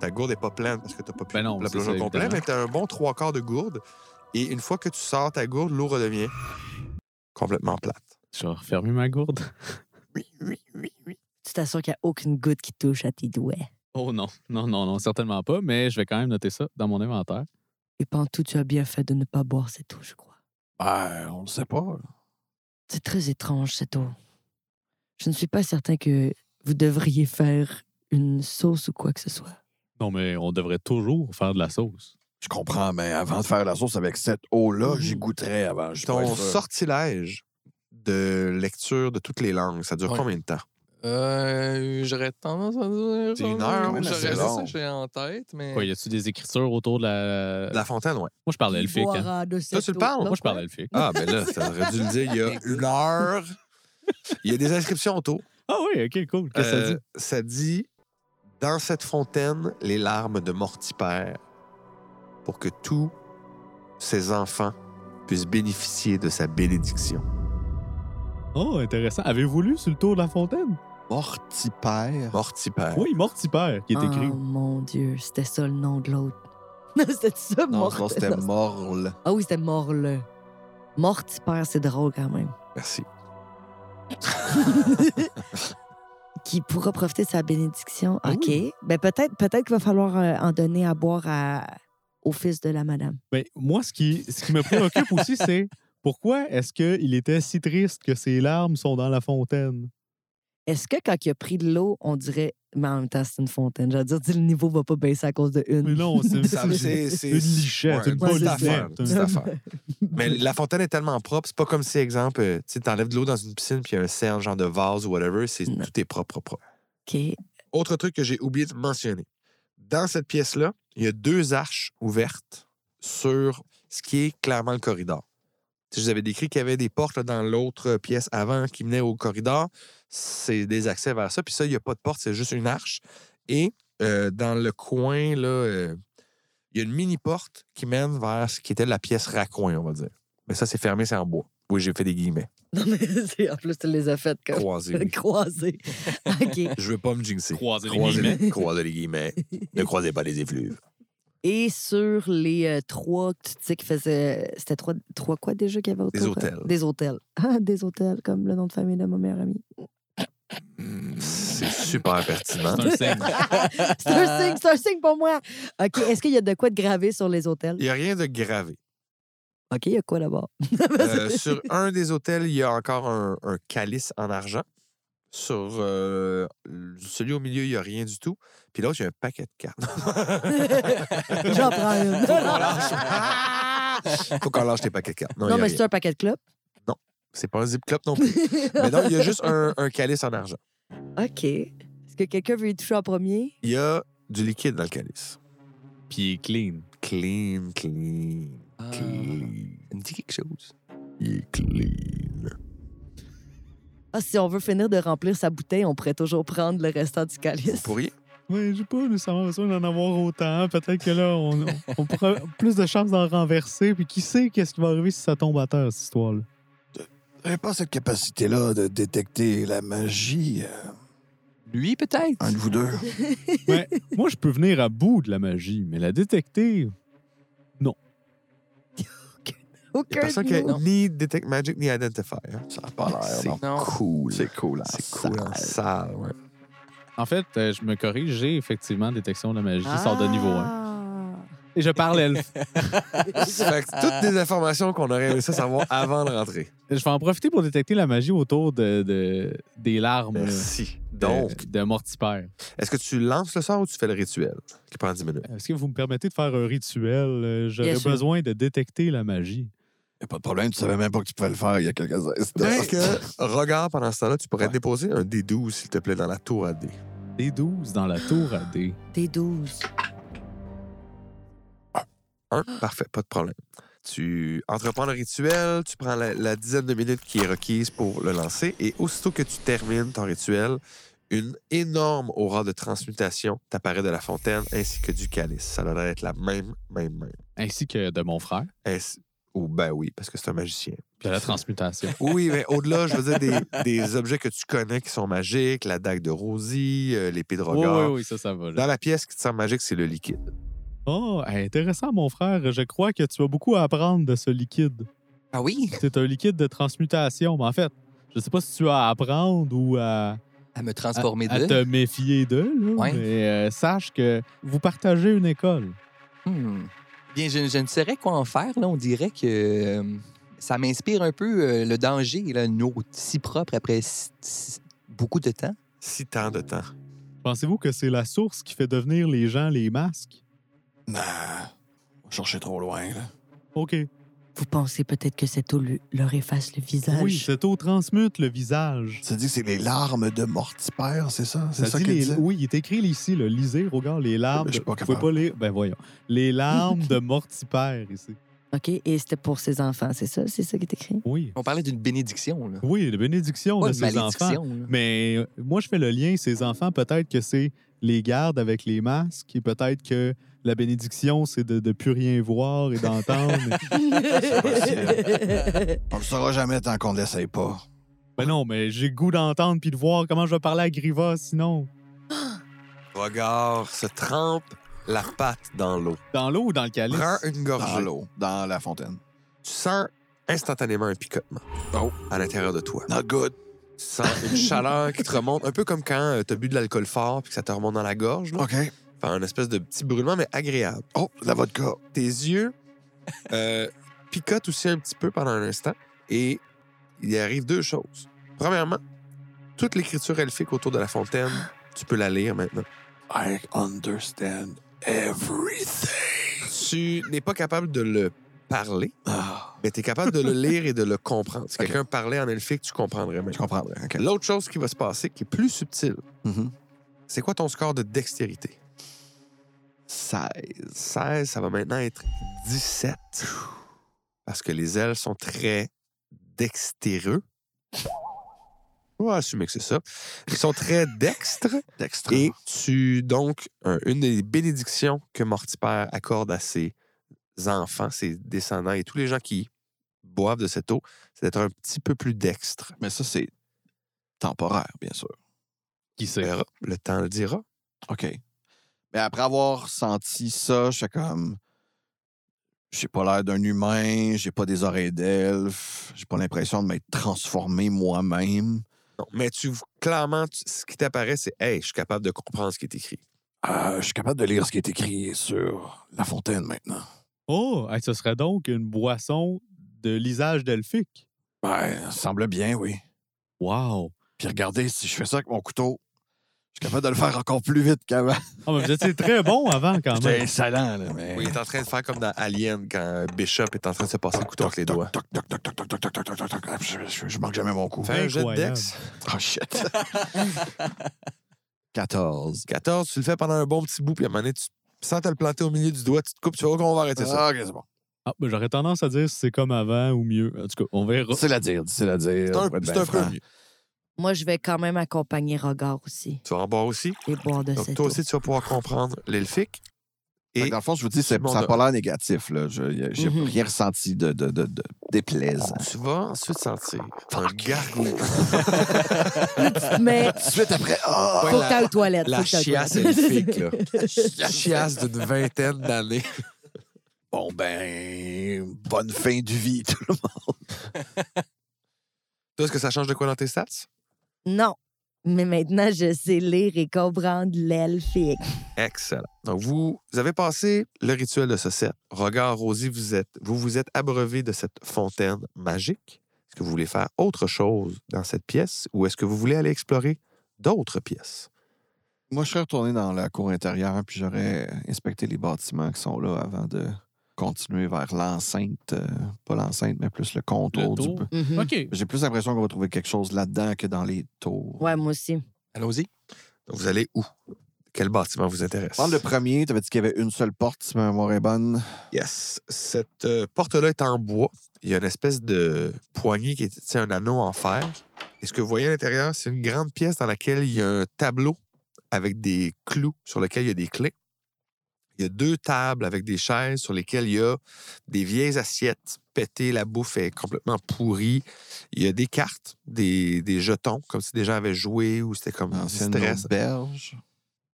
Speaker 2: Ta gourde n'est pas pleine parce que tu n'as pas pu
Speaker 3: Ben non,
Speaker 2: la
Speaker 3: c'est
Speaker 2: plonger
Speaker 3: ça,
Speaker 2: au complet,
Speaker 3: évidemment.
Speaker 2: mais tu as un bon trois quarts de gourde. Et une fois que tu sors ta gourde, l'eau redevient complètement plate.
Speaker 3: Je vais refermer ma gourde.
Speaker 2: Oui, oui, oui, oui.
Speaker 4: Tu t'assures qu'il n'y a aucune goutte qui touche à tes doigts.
Speaker 3: Oh non, non, non, non, certainement pas, mais je vais quand même noter ça dans mon inventaire.
Speaker 4: Et Pantou, tu as bien fait de ne pas boire cette eau, je crois.
Speaker 6: Ben, on le sait pas. là.
Speaker 4: C'est très étrange, cette eau. Je ne suis pas certain que vous devriez faire une sauce ou quoi que ce soit.
Speaker 3: Non, mais on devrait toujours faire de la sauce.
Speaker 6: Je comprends, mais avant de faire la sauce avec cette eau-là,
Speaker 4: Mhm.
Speaker 6: j'y goûterais avant. Je euh,
Speaker 2: Ton sortilège de lecture de toutes les langues, ça dure
Speaker 5: Ouais.
Speaker 2: combien de temps?
Speaker 5: Euh, j'aurais tendance à dire.
Speaker 2: C'est une heure,
Speaker 5: j'aurais
Speaker 2: mais c'est
Speaker 5: dit
Speaker 2: long.
Speaker 5: ça, j'ai en tête, mais.
Speaker 3: Quoi, y a-tu des écritures autour de la.
Speaker 2: Euh. La fontaine, ouais.
Speaker 3: Moi, je parle
Speaker 7: Qui
Speaker 3: elfique. Hein.
Speaker 7: boira de cette
Speaker 2: tu le
Speaker 7: eau?
Speaker 2: parles?
Speaker 3: Moi, je parle elfique.
Speaker 2: Ah, ben là, t'aurais dû le dire il y a une heure. Il y a des inscriptions autour.
Speaker 3: Ah oui, ok, cool. Qu'est-ce que ça
Speaker 2: Euh,
Speaker 3: dit?
Speaker 2: ça dit Dans cette fontaine, les larmes de Mortipère pour que tous ses enfants puissent bénéficier de sa bénédiction.
Speaker 3: Oh, intéressant. Avez-vous lu sur le tour de la fontaine?
Speaker 6: Mortipère.
Speaker 2: Mortipère.
Speaker 3: Oui, Mortipère, qui est écrit.
Speaker 2: Ah.
Speaker 4: Oh mon Dieu, c'était ça le nom de l'autre. c'était ça,
Speaker 6: Non,
Speaker 4: mort.
Speaker 6: non, c'était Morle.
Speaker 4: Ah oui, c'était mort, là. Mortipère, c'est drôle quand même.
Speaker 2: Merci.
Speaker 4: qui pourra profiter de sa bénédiction.
Speaker 2: Ah
Speaker 4: OK. Ben peut-être peut-être qu'il va falloir euh, en donner à boire à- au fils de la madame.
Speaker 3: Ben, moi, ce qui, ce qui me préoccupe aussi, c'est pourquoi est-ce qu'il était si triste que ses larmes sont dans la fontaine?
Speaker 4: Est-ce que quand il a pris de l'au, on dirait mais en même temps c'est une fontaine. J'allais dire dis, le niveau va pas baisser à cause de une.
Speaker 3: Mais non, c'est
Speaker 2: Ça, c'est- c'est-
Speaker 3: une lichette,
Speaker 2: ouais,
Speaker 3: une
Speaker 2: une petite
Speaker 3: police.
Speaker 2: affaire, une petite affaire. Mais la fontaine est tellement propre, c'est pas comme si, exemple, euh, tu sais, t'enlèves de l'eau dans une piscine puis il y a un cerf, genre de vase ou whatever, c'est
Speaker 4: Non.
Speaker 2: tout est propre, propre, propre.
Speaker 4: OK.
Speaker 2: Autre truc que j'ai oublié de mentionner. Dans cette pièce-là, il y a deux arches ouvertes sur ce qui est clairement le corridor. Si je vous avais décrit qu'il y avait des portes là, dans l'autre pièce avant qui menaient au corridor, c'est des accès vers ça. Puis ça, il n'y a pas de porte, c'est juste une arche. Et euh, dans le coin, là, euh, il y a une mini-porte qui mène vers ce qui était la pièce raccoin, on va dire. Mais ça, c'est fermé, c'est en bois. Oui, j'ai fait des guillemets.
Speaker 4: Non mais c'est- en plus tu les as faites comme
Speaker 2: Croisés. oui.
Speaker 4: croisées. OK.
Speaker 2: Je veux pas me jinxer.
Speaker 3: Croisez les
Speaker 2: Croisez
Speaker 3: guillemets.
Speaker 2: les- croisez les guillemets. Ne croisez pas les effluves.
Speaker 4: Et sur les euh, trois que tu sais qui faisaient c'était trois trois quoi déjà qu'il y avait autour euh,
Speaker 2: Des hôtels.
Speaker 4: Des hôtels. Ah, des hôtels comme le nom de famille de ma meilleure amie.
Speaker 2: C'est super pertinent.
Speaker 3: C'est un signe.
Speaker 4: c'est un signe, c'est un signe pour moi. OK, est-ce qu'il y a de quoi de gravé sur les hôtels
Speaker 2: Il n'y a rien de gravé.
Speaker 4: OK, il y a quoi là-bas?
Speaker 2: Euh, sur un des hôtels, il y a encore un, un calice en argent. Sur euh, celui au milieu, il n'y a rien du tout. Puis l'autre, il y a un paquet de cartes.
Speaker 4: J'en prends une.
Speaker 2: Faut qu'on lâche tes paquets de cartes. Non, il y
Speaker 4: non,
Speaker 2: a
Speaker 4: mais
Speaker 2: rien.
Speaker 4: c'est un paquet de clopes.
Speaker 2: c'est pas un zip clop non plus. mais non, il y a juste un, un calice en argent.
Speaker 4: OK. Est-ce que quelqu'un veut y toucher en premier?
Speaker 2: Il y a du liquide dans le calice.
Speaker 3: Puis il est clean.
Speaker 2: Clean, clean,
Speaker 5: Ah, ça
Speaker 2: clean.
Speaker 5: me dit quelque chose.
Speaker 2: Il est clean.
Speaker 4: Ah, si on veut finir de remplir sa bouteille, on pourrait toujours prendre le restant du
Speaker 2: Vous
Speaker 4: calice.
Speaker 2: pourriez?
Speaker 3: Oui, j'ai pas nécessairement besoin d'en avoir autant. Peut-être que là, on, on pourra avoir plus de chances d'en renverser. Puis qui sait qu'est-ce qui va arriver si ça tombe à terre, cette histoire-là?
Speaker 6: J'avais pas cette capacité-là de détecter la magie. euh,
Speaker 5: Lui, peut-être.
Speaker 6: Un de vous deux.
Speaker 3: Ben, Moi, je peux venir à bout de la magie, mais la détecter,
Speaker 2: Il y a
Speaker 4: Aucun
Speaker 2: personne
Speaker 4: de
Speaker 2: qui a
Speaker 4: nous.
Speaker 2: ni Detect Magic ni Identify. hein.
Speaker 6: Ça a pas l'air.
Speaker 2: C'est
Speaker 6: non.
Speaker 5: Non.
Speaker 2: cool.
Speaker 6: C'est cool. hein?
Speaker 2: C'est cool en salle, ouais.
Speaker 3: En fait, euh, je me corrige, j'ai effectivement détection de la magie,
Speaker 4: Ah.
Speaker 3: sort de hein. niveau 1. Et je parle elfe.
Speaker 2: Fait que toutes des informations qu'on aurait aimé ça savoir avant de rentrer.
Speaker 3: je vais en profiter pour détecter la magie autour de, de- des larmes euh,
Speaker 2: Merci.
Speaker 3: de,
Speaker 2: Donc,
Speaker 3: de Mortipère.
Speaker 2: est-ce que tu lances le sort ou tu fais le rituel qui prend 10 minutes?
Speaker 3: Est-ce que vous me permettez de faire un rituel? Euh, J'aurais
Speaker 4: Bien sûr.
Speaker 3: besoin de détecter la magie.
Speaker 6: Y a pas de problème, tu savais même pas que tu pouvais le faire il y a quelques instants.
Speaker 2: Est-ce que, regarde pendant ce temps-là, tu pourrais
Speaker 3: Ouais.
Speaker 2: déposer un D12, s'il te plaît, dans la tour à D.
Speaker 3: Des 12 dans la tour à D.
Speaker 4: T'es 12.
Speaker 2: Un, parfait, pas de problème. Tu entreprends le rituel, tu prends la, la dizaine de minutes qui est requise pour le lancer, et aussitôt que tu termines ton rituel, une énorme aura de transmutation t'apparaît de la fontaine ainsi que du calice. Ça devrait être la même, même, même.
Speaker 3: Ainsi que de mon frère.
Speaker 2: Est-ce- Ou ben oui, parce que c'est un magicien.
Speaker 3: De la transmutation.
Speaker 2: Oui, mais au-delà, je veux dire, des, des objets que tu connais qui sont magiques, la dague de Rosie, euh, l'épée de
Speaker 3: oui,
Speaker 2: Rogar.
Speaker 3: oui, oui, ça, ça va. là.
Speaker 2: Dans la pièce qui te semble magique, c'est le liquide.
Speaker 3: Oh, hey, intéressant, mon frère. Je crois que tu as beaucoup à apprendre de ce liquide.
Speaker 5: Ah oui?
Speaker 3: C'est un liquide de transmutation, mais en fait, je sais pas si tu as à apprendre ou à,
Speaker 5: À me
Speaker 3: à,
Speaker 5: transformer
Speaker 3: à
Speaker 5: de.
Speaker 3: te méfier d'eux, là,
Speaker 5: Ouais.
Speaker 3: mais euh, sache que vous partagez une école.
Speaker 5: Hmm. Bien, je, je ne saurais quoi en faire. Là. On dirait que euh, ça m'inspire un peu euh, le danger, là, une eau si propre après si- si- beaucoup de temps.
Speaker 2: Si tant de temps.
Speaker 3: Pensez-vous que c'est la source qui fait devenir les gens les masques?
Speaker 6: Non. On va chercher trop loin, là.
Speaker 3: OK.
Speaker 4: Vous pensez peut-être que cette eau le- leur efface le visage?
Speaker 3: Oui, cette eau transmute le visage.
Speaker 6: Ça dit que c'est les larmes de Mortipère, c'est ça? C'est ça,
Speaker 3: dit
Speaker 6: qu'il
Speaker 3: les-
Speaker 6: disait?
Speaker 3: Oui, il est écrit ici, le lisez, regarde, les larmes.
Speaker 6: Je suis pas
Speaker 3: Vous pouvez
Speaker 6: capable.
Speaker 3: pas lire. Ben voyons. Les larmes de mortipère ici.
Speaker 4: OK, et c'était pour ses enfants, c'est ça? C'est ça qui est écrit?
Speaker 3: Oui.
Speaker 5: On parlait d'une bénédiction. Là.
Speaker 3: Oui, les bénédictions
Speaker 5: Pas
Speaker 3: de
Speaker 5: de
Speaker 3: ses enfants.
Speaker 5: malédiction. là.
Speaker 3: Mais euh, moi, je fais le lien, ces enfants, peut-être que c'est les gardes avec les masques et peut-être que la bénédiction, c'est de ne plus rien voir et d'entendre.
Speaker 6: On le saura jamais tant qu'on ne l'essaye pas.
Speaker 3: ben non, mais j'ai le goût d'entendre puis de voir comment je vais parler à Griva sinon.
Speaker 2: Regard se trempe la patte dans l'eau.
Speaker 3: Dans l'eau ou dans le calice?
Speaker 2: Prends une
Speaker 6: Dans
Speaker 2: gorgée.
Speaker 6: l'eau, dans la fontaine.
Speaker 2: Tu sens instantanément un picotement
Speaker 6: Oh.
Speaker 2: à l'intérieur de toi.
Speaker 6: Not good.
Speaker 2: Tu sens une chaleur qui te remonte, un peu comme quand tu as bu de l'alcool fort puis que ça te remonte dans la gorge. Là.
Speaker 6: OK.
Speaker 2: Enfin, un espèce de petit brûlement, mais agréable.
Speaker 6: Ah. Oh, la vodka.
Speaker 2: Tes yeux euh, picotent aussi un petit peu pendant un instant et il arrive deux choses. Premièrement, toute l'écriture elfique autour de la fontaine, tu peux la lire maintenant.
Speaker 6: I understand everything.
Speaker 2: Tu n'es pas capable de le parler,
Speaker 6: Ah,
Speaker 2: Mais tu es capable de le lire et de le comprendre. Si quelqu'un parlait en elfique, tu comprendrais même.
Speaker 6: je comprends. bien, OK.
Speaker 2: L'autre chose qui va se passer, qui est plus subtile,
Speaker 6: Mhm.
Speaker 2: c'est quoi ton score de dextérité? 16. 16, ça va maintenant être 17. Parce que les ailes sont très dextéreux. On va assumer que c'est ça. Ils sont très dextres.
Speaker 6: Dextre.
Speaker 2: Et tu, donc, un- une des bénédictions que Mortipère accorde à ses enfants, ses descendants et tous les gens qui boivent de cette eau, c'est d'être un petit peu plus dextre.
Speaker 6: Mais ça, c'est temporaire, bien sûr.
Speaker 3: Qui
Speaker 2: On
Speaker 3: sait?
Speaker 2: verra, Le temps le dira.
Speaker 6: OK. Mais après avoir senti ça, je fais comme. J'ai pas l'air d'un humain, j'ai pas des oreilles d'elfe, j'ai pas l'impression de m'être transformé moi-même.
Speaker 2: Non, mais tu, clairement, tu- ce qui t'apparaît, c'est Hey, je suis capable de comprendre ce qui est écrit.
Speaker 6: Euh, je suis capable de lire ce qui est écrit sur la fontaine maintenant.
Speaker 3: Oh, hey, ce serait donc une boisson de lisage delphique.
Speaker 6: Ouais, Ben, ça semble bien, oui.
Speaker 3: Wow!
Speaker 6: Puis regardez, si je fais ça avec mon couteau, je suis capable de le faire encore plus vite qu'avant.
Speaker 3: Ah, mais vous étiez très bon avant quand
Speaker 6: C'était
Speaker 3: même.
Speaker 6: insolent, là, mais.
Speaker 2: Oui, il est en train de faire comme dans Alien quand euh, Bishop est en train de se passer le couteau avec les doigts.
Speaker 6: Toc, toc, toc, toc, toc, toc, toc, toc, toc, toc, toc, toc. Je, je- je manque jamais mon coup.
Speaker 2: Fais un jet de
Speaker 3: Incroyable.
Speaker 2: dex.
Speaker 6: Oh shit. 14.
Speaker 2: 14, tu le fais pendant un bon petit bout, puis à un moment donné, tu sens te le planter au milieu du doigt, tu te coupes, tu vois qu'on va arrêter ça.
Speaker 6: Ah, ok, c'est bon.
Speaker 3: Ah, ben, J'aurais tendance à dire si c'est comme avant ou mieux. En tout cas, on verra.
Speaker 6: C'est la dire, c'est la dire. ben,
Speaker 2: C'est un,
Speaker 6: pour être
Speaker 2: c'est
Speaker 6: bien
Speaker 2: un peu
Speaker 6: franc.
Speaker 2: mieux.
Speaker 4: Moi, je vais quand même accompagner Regard aussi
Speaker 2: Tu vas en boire aussi.
Speaker 4: et boire de
Speaker 2: Donc,
Speaker 4: cette
Speaker 2: toi
Speaker 4: eau.
Speaker 2: aussi, tu vas pouvoir comprendre l'elfique.
Speaker 6: Fait que
Speaker 2: Et-
Speaker 6: dans le fond, je vous dis, c'est-
Speaker 2: Tout le
Speaker 6: ça n'a
Speaker 2: monde
Speaker 6: pas l'air négatif. Là. Je- J'ai
Speaker 4: Mhm.
Speaker 6: rien ressenti de, de, de, de déplaisant.
Speaker 2: Tu vas ensuite sentir ton gargouille.
Speaker 4: Mais
Speaker 6: Suite après, ah!
Speaker 4: faut que t'ailles aux toilettes.
Speaker 2: La
Speaker 4: faut que t'ailles aux
Speaker 2: chiasse
Speaker 4: toilettes.
Speaker 2: elfique, là. La chiasse d'une vingtaine d'années.
Speaker 6: Bon, ben, bonne fin de vie, tout le monde.
Speaker 2: Toi, est-ce que ça change de quoi dans tes stats?
Speaker 4: Non. Mais maintenant, je sais lire et comprendre l'elfique.
Speaker 2: Excellent. Donc, vous, vous avez passé le rituel de Sossette. Regard Rosie, vous êtes, vous, vous êtes abreuvé de cette fontaine magique. Est-ce que vous voulez faire autre chose dans cette pièce ou est-ce que vous voulez aller explorer d'autres pièces?
Speaker 6: Moi, je serais retourné dans la cour intérieure, puis j'aurais inspecté les bâtiments qui sont là avant de continuer vers l'enceinte. euh, pas l'enceinte, mais plus le contour
Speaker 3: Le tour.
Speaker 6: du.
Speaker 4: Mhm.
Speaker 3: OK.
Speaker 6: J'ai plus l'impression qu'on va trouver quelque chose là-dedans que dans les tours.
Speaker 4: Ouais, moi aussi.
Speaker 5: Allons-y.
Speaker 2: Donc, vous allez où? Quel bâtiment vous intéresse?
Speaker 6: Prendre le premier, t'avais dit qu'il y avait une seule porte, si ma mémoire est bonne.
Speaker 2: Yes. Cette euh, porte-là est en bois. Il y a une espèce de poignée qui est tu sais, un anneau en fer. Et ce que vous voyez à l'intérieur, c'est une grande pièce dans laquelle il y a un tableau avec des clous sur lequel il y a des clés. Il y a deux tables avec des chaises sur lesquelles il y a des vieilles assiettes pétées, la bouffe est complètement pourrie. Il y a des cartes, des, des jetons, comme si des gens avaient joué ou c'était comme du
Speaker 6: Ancienne
Speaker 2: stress.
Speaker 6: Ah, auberge.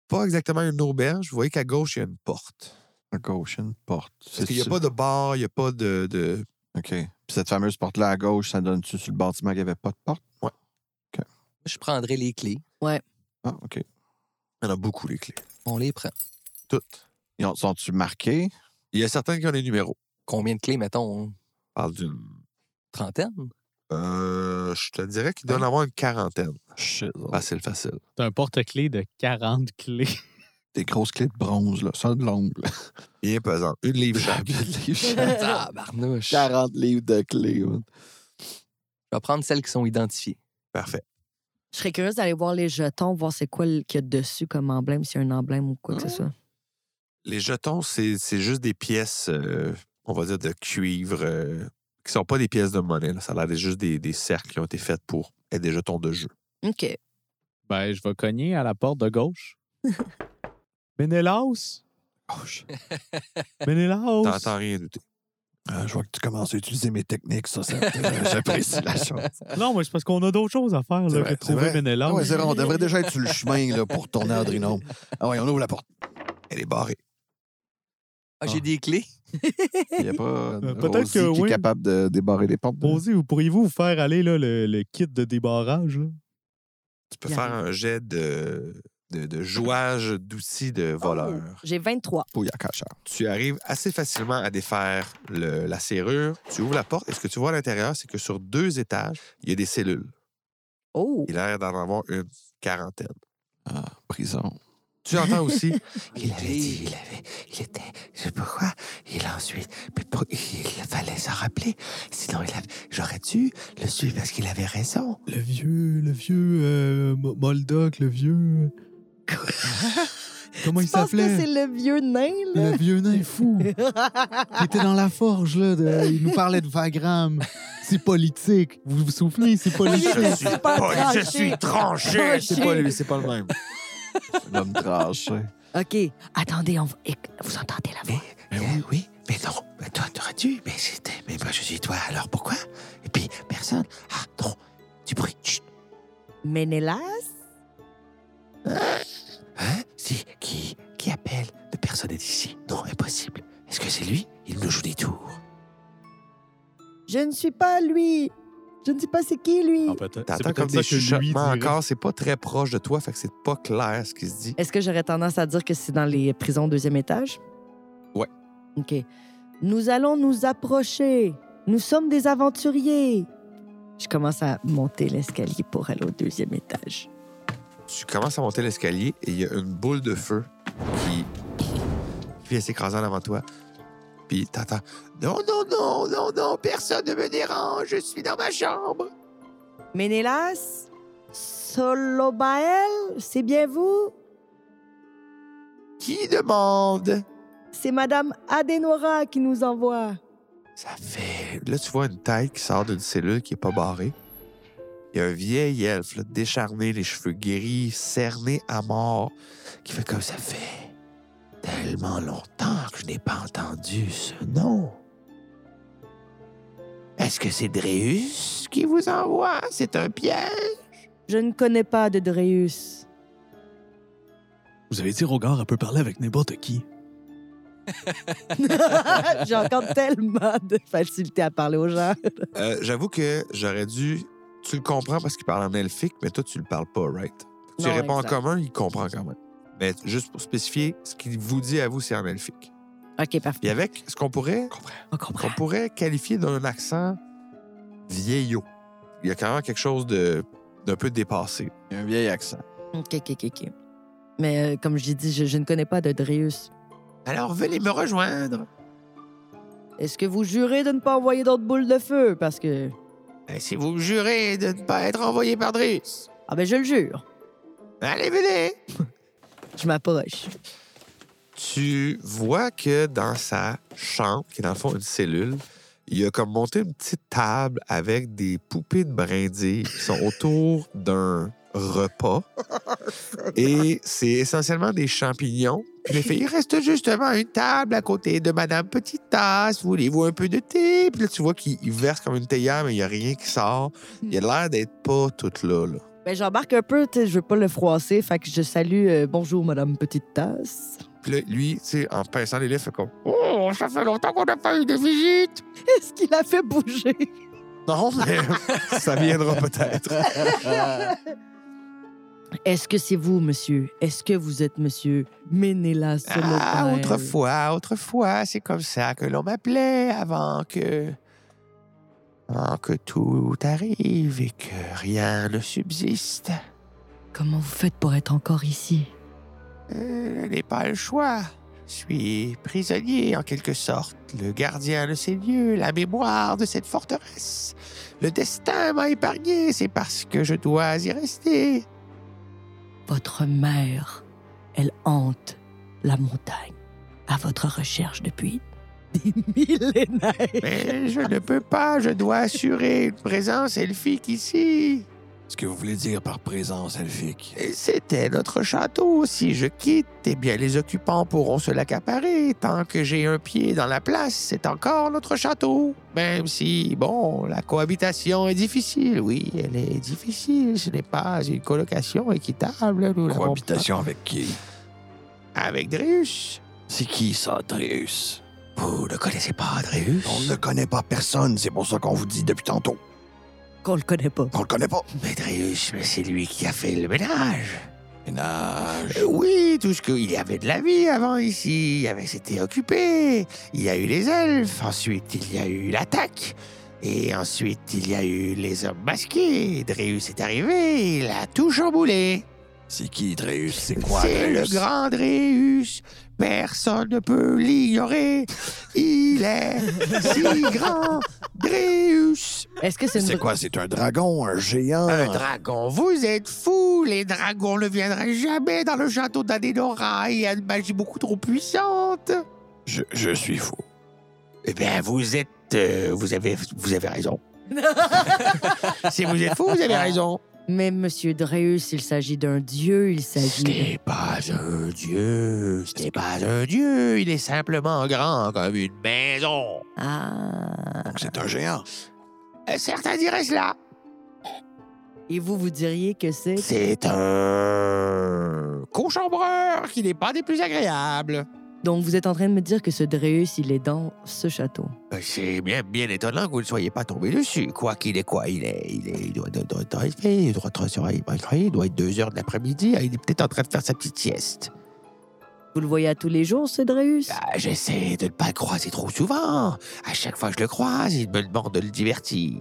Speaker 2: Pas exactement une auberge. Vous voyez qu'à gauche, il y a une porte.
Speaker 6: À gauche, une porte.
Speaker 2: Parce qu'il n'y a
Speaker 6: ça.
Speaker 2: pas de bar, il n'y a pas de- de,
Speaker 6: OK. Puis cette fameuse porte-là à gauche, ça donne-tu sur le bâtiment qu'il n'y avait pas de porte?
Speaker 5: Je prendrai les clés.
Speaker 6: Ah, OK.
Speaker 2: Il y en a beaucoup, les clés.
Speaker 5: On les prend.
Speaker 2: Toutes.
Speaker 6: Ils ont- Sont-tu marqués?
Speaker 2: Il y a certains qui ont les numéros.
Speaker 5: Combien de clés, mettons?
Speaker 2: On parle d'une.
Speaker 5: Trentaine?
Speaker 2: Euh, je te dirais qu'il doit en avoir une quarantaine.
Speaker 6: Shit.
Speaker 2: Facile, facile.
Speaker 3: T'as un porte-clés de 40 clés.
Speaker 6: Des grosses clés de bronze, là. Ça, de l'ombre.
Speaker 2: Bien pesant. Une livre chaque.
Speaker 5: Ah, barnouche. Je
Speaker 6: 40 livres de clés. man.
Speaker 5: vais prendre celles qui sont identifiées.
Speaker 2: Parfait.
Speaker 4: Je serais curieuse d'aller voir les jetons, voir c'est quoi le- qu'il y a dessus comme emblème, s'il y a un emblème ou quoi
Speaker 2: Ah.
Speaker 4: que ce soit.
Speaker 2: Les jetons, c'est c'est juste des pièces, euh, on va dire, de cuivre, euh, qui sont pas des pièces de monnaie. là. Ça a l'air d'être juste des, des cercles qui ont été faits pour être des jetons de jeu.
Speaker 4: OK.
Speaker 3: Ben, je vais cogner à la porte de gauche. Ménélas! Gauche. Ménélas!
Speaker 2: T'entends rien douter.
Speaker 6: Euh, je vois que tu commences à utiliser mes techniques, ça, ça euh, j'apprécie la chose.
Speaker 3: Non, mais c'est parce qu'on a d'autres choses à faire,
Speaker 6: C'est
Speaker 3: là,
Speaker 6: vrai,
Speaker 3: que
Speaker 6: c'est
Speaker 3: trouver
Speaker 6: vrai.
Speaker 3: Ménélas.
Speaker 6: Ah ouais, c'est vrai, on devrait déjà être sur le chemin là, pour tourner à Adrinom. Ah ouais, on ouvre la porte.
Speaker 2: Elle est barrée.
Speaker 5: Ah, j'ai des clés?
Speaker 6: Il n'y a pas
Speaker 3: Euh,
Speaker 6: peut
Speaker 3: peut-être
Speaker 6: Rosie
Speaker 3: que
Speaker 6: qui
Speaker 3: oui. Oh.
Speaker 6: est capable de débarrer les portes. de-
Speaker 3: Posez, vous pourriez-vous vous faire aller là, le, le kit de débarrage? là?
Speaker 2: Tu peux
Speaker 4: Il y a
Speaker 2: faire un jet de, de, de jouage d'outils de voleur.
Speaker 4: J'ai 23.
Speaker 6: Oh, il y a cacheur.
Speaker 2: Tu arrives assez facilement à défaire le- la serrure. Tu ouvres la porte et ce que tu vois à l'intérieur, c'est que sur deux étages, il y a des cellules.
Speaker 4: Oh!
Speaker 2: Il a l'air d'en avoir une quarantaine.
Speaker 6: Ah, prison.
Speaker 2: Tu entends aussi.
Speaker 5: Il avait dit, il avait, il était, je sais pas quoi. Il a ensuite, mais pour- il fallait s'en rappeler. Sinon, il avait- j'aurais dû le suivre parce qu'il avait raison.
Speaker 3: Le vieux, le vieux euh, Mo- Moldoc, le vieux. Comment il
Speaker 4: Je pense que c'est
Speaker 3: s'appelait?
Speaker 4: le vieux nain, là?
Speaker 3: Le vieux nain fou. Il était dans la forge, là. de- Il nous parlait de Vagram. C'est politique. Vous vous souvenez, c'est politique.
Speaker 4: Je suis pas tranché.
Speaker 2: tranché.
Speaker 4: C'est pas lui,
Speaker 2: c'est pas le même.
Speaker 6: Un homme tranché.
Speaker 4: OK. Attendez, on va... éc- vous entendez la voix?
Speaker 5: Mais oui, oui. Mais non, mais toi, t'aurais dû. Mais c'était, mais moi, je suis toi, alors pourquoi? Et puis, personne. Ah, non, du bruit. Chut.
Speaker 4: Ménélas?
Speaker 5: Hein? Si, qui, qui appelle? De personne est ici. Non, impossible. Est-ce que c'est lui? Il nous joue des tours.
Speaker 7: Je ne suis pas lui. Je ne sais pas c'est qui
Speaker 4: Ah,
Speaker 7: lui.
Speaker 2: T'entends comme des chuchotements encore. C'est pas très proche de toi, fait que c'est pas clair ce qui se dit.
Speaker 4: Est-ce que j'aurais tendance à dire que c'est dans les prisons deuxième étage?
Speaker 2: Ouais.
Speaker 4: OK. Nous allons nous approcher. Nous sommes des aventuriers. Je commence à monter l'escalier pour aller au deuxième étage.
Speaker 2: Tu commences à monter l'escalier et il y a une boule de feu qui, qui vient s'écraser en avant de toi. Puis t'entends Non, non, non, non, non, personne ne me dérange, je suis dans ma chambre.
Speaker 4: Ménélas? Solobael? C'est bien vous?
Speaker 2: Qui demande
Speaker 4: C'est Madame Adenora qui nous envoie.
Speaker 2: Ça fait. Là, tu vois une tête qui sort d'une cellule qui est pas barrée. Il y a un vieil elfe, là, décharné, les cheveux gris, cerné à mort, qui fait comme ça fait.
Speaker 5: De
Speaker 2: tellement longtemps que je n'ai pas entendu ce nom. Est-ce que c'est Dréus qui vous envoie? C'est un piège?
Speaker 4: Je ne connais pas de Dreus.
Speaker 3: Vous avez dit, Rogar, elle peut parler avec n'importe qui.
Speaker 4: J'ai encore tellement de facilité à parler aux gens.
Speaker 8: Euh, J'avoue que j'aurais dû. Tu le comprends parce qu'il parle en elfique, mais toi, tu le parles pas, right? Tu
Speaker 4: Non,
Speaker 8: réponds
Speaker 4: exact.
Speaker 8: en commun, il comprend quand même. Mais juste pour spécifier, ce qu'il vous dit à vous, c'est en elfique.
Speaker 4: OK, parfait.
Speaker 8: Puis avec ce qu'on pourrait,
Speaker 4: On comprend.
Speaker 8: qu'on pourrait qualifier d'un accent vieillot. Il y a quand même quelque chose de d'un peu dépassé.
Speaker 2: Il y a un vieil accent.
Speaker 4: OK, OK, OK. ok. Mais euh, comme j'ai dit, je, je ne connais pas de Dreus.
Speaker 2: Alors, venez me rejoindre.
Speaker 4: Est-ce que vous jurez de ne pas envoyer d'autres boules de feu? Parce que...
Speaker 2: Et Ben, si vous me jurez de ne pas être envoyé par Dréus,
Speaker 4: Ah ben, je le jure.
Speaker 2: allez, venez!
Speaker 4: Je m'approche.
Speaker 8: Tu vois que dans sa chambre, qui est dans le fond une cellule, il a comme monté une petite table avec des poupées de brindilles qui sont autour d'un repas. Et c'est essentiellement des champignons.
Speaker 2: Puis J'ai fait, il reste justement une table à côté de Madame Petite Tasse. Voulez-vous un peu de thé?
Speaker 8: Puis là, tu vois qu'il il verse comme une théière, mais il n'y a rien qui sort. Il a l'air d'être pas tout là. là.
Speaker 4: Ben, j'embarque un peu, tu sais, je veux pas le froisser, fait que je salue euh, bonjour madame petite tasse.
Speaker 8: Puis là, lui, tu sais, en pinçant les lèvres, fait comme
Speaker 2: Oh, ça fait longtemps qu'on n'a pas eu de visite.
Speaker 4: Est-ce qu'il a fait bouger
Speaker 8: Non, mais ça viendra peut-être.
Speaker 4: Est-ce que c'est vous monsieur Est-ce que vous êtes monsieur Ménélas
Speaker 2: Ah,
Speaker 4: Solopin?
Speaker 2: autrefois, autrefois, c'est comme ça que l'on m'appelait avant que. avant que tout arrive et que rien ne subsiste.
Speaker 4: Comment vous faites pour être encore ici
Speaker 2: Euh, je n'ai pas le choix. Je suis prisonnier, en quelque sorte, le gardien de ces lieux, la mémoire de cette forteresse. Le destin m'a épargné, c'est parce que je dois y rester.
Speaker 4: Votre mère, elle hante la montagne à votre recherche depuis des millénaires.
Speaker 2: Mais je ne peux pas, je dois assurer une présence elfique ici.
Speaker 6: Ce que vous voulez dire par présence elfique.
Speaker 2: Et C'était notre château. Si je quitte, eh bien, les occupants pourront se l'accaparer. Tant que j'ai un pied dans la place, c'est encore notre château. Même si, bon, la cohabitation est difficile. Oui, elle est difficile. Ce n'est pas une colocation équitable. Nous l'avons
Speaker 6: Cohabitation avec qui?
Speaker 2: pas. Avec Dreus.
Speaker 6: C'est qui ça, Dréus?
Speaker 2: Vous ne connaissez pas Dreus?
Speaker 6: On ne connaît pas personne, c'est pour ça qu'on vous dit depuis tantôt.
Speaker 4: Qu'on le connaît pas.
Speaker 6: On le connaît pas.
Speaker 2: Mais Dreus, mais c'est lui qui a fait le ménage.
Speaker 6: Ménage.
Speaker 2: Euh, Oui, tout ce qu'il y avait de la vie avant ici, il y avait c'était occupé. Il y a eu les elfes, ensuite il y a eu l'attaque. Et ensuite, il y a eu les hommes masqués. Dreus est arrivé, il a tout chamboulé.
Speaker 6: C'est qui, Dréus? C'est quoi,
Speaker 2: C'est le
Speaker 6: Dréus?
Speaker 2: grand Dreus. Personne ne peut l'ignorer. Il est si grand, Dreus.
Speaker 4: Est-ce que c'est une...
Speaker 6: C'est quoi? C'est un dragon, un géant?
Speaker 2: Un dragon, vous êtes fous! Les dragons ne viendraient jamais dans le château d'Adenora. Il y a une magie beaucoup trop puissante.
Speaker 6: je, je suis fou.
Speaker 2: Eh bien, vous êtes. euh, vous, avez, vous avez raison. si vous êtes fous, vous avez raison.
Speaker 4: Mais monsieur Dreus, il s'agit d'un dieu, il
Speaker 2: Ce
Speaker 4: s'agit... de-
Speaker 2: n'est pas un dieu. Ce n'est pas un dieu. Il est simplement grand comme une maison.
Speaker 4: Ah...
Speaker 6: Donc, c'est un géant.
Speaker 2: Euh, Certains diraient cela.
Speaker 4: Et vous, vous diriez que c'est...
Speaker 2: C'est un. cochambreur qui n'est pas des plus agréables.
Speaker 4: Donc, vous êtes en train de me dire que ce Dreus, il est dans ce château.
Speaker 2: Euh, C'est bien, bien étonnant que vous ne soyez pas tombé dessus. Quoi qu'il est, quoi, il est, il est, il doit, doit- doit être resté, il doit être sur- il doit être- il doit être deux heures de l'après-midi, hein, il est peut-être en train de faire sa petite sieste.
Speaker 4: Vous le voyez à tous les jours, ce Dreus?
Speaker 2: Ah, J'essaie de ne pas le croiser trop souvent. À chaque fois que je le croise, il me demande de le divertir.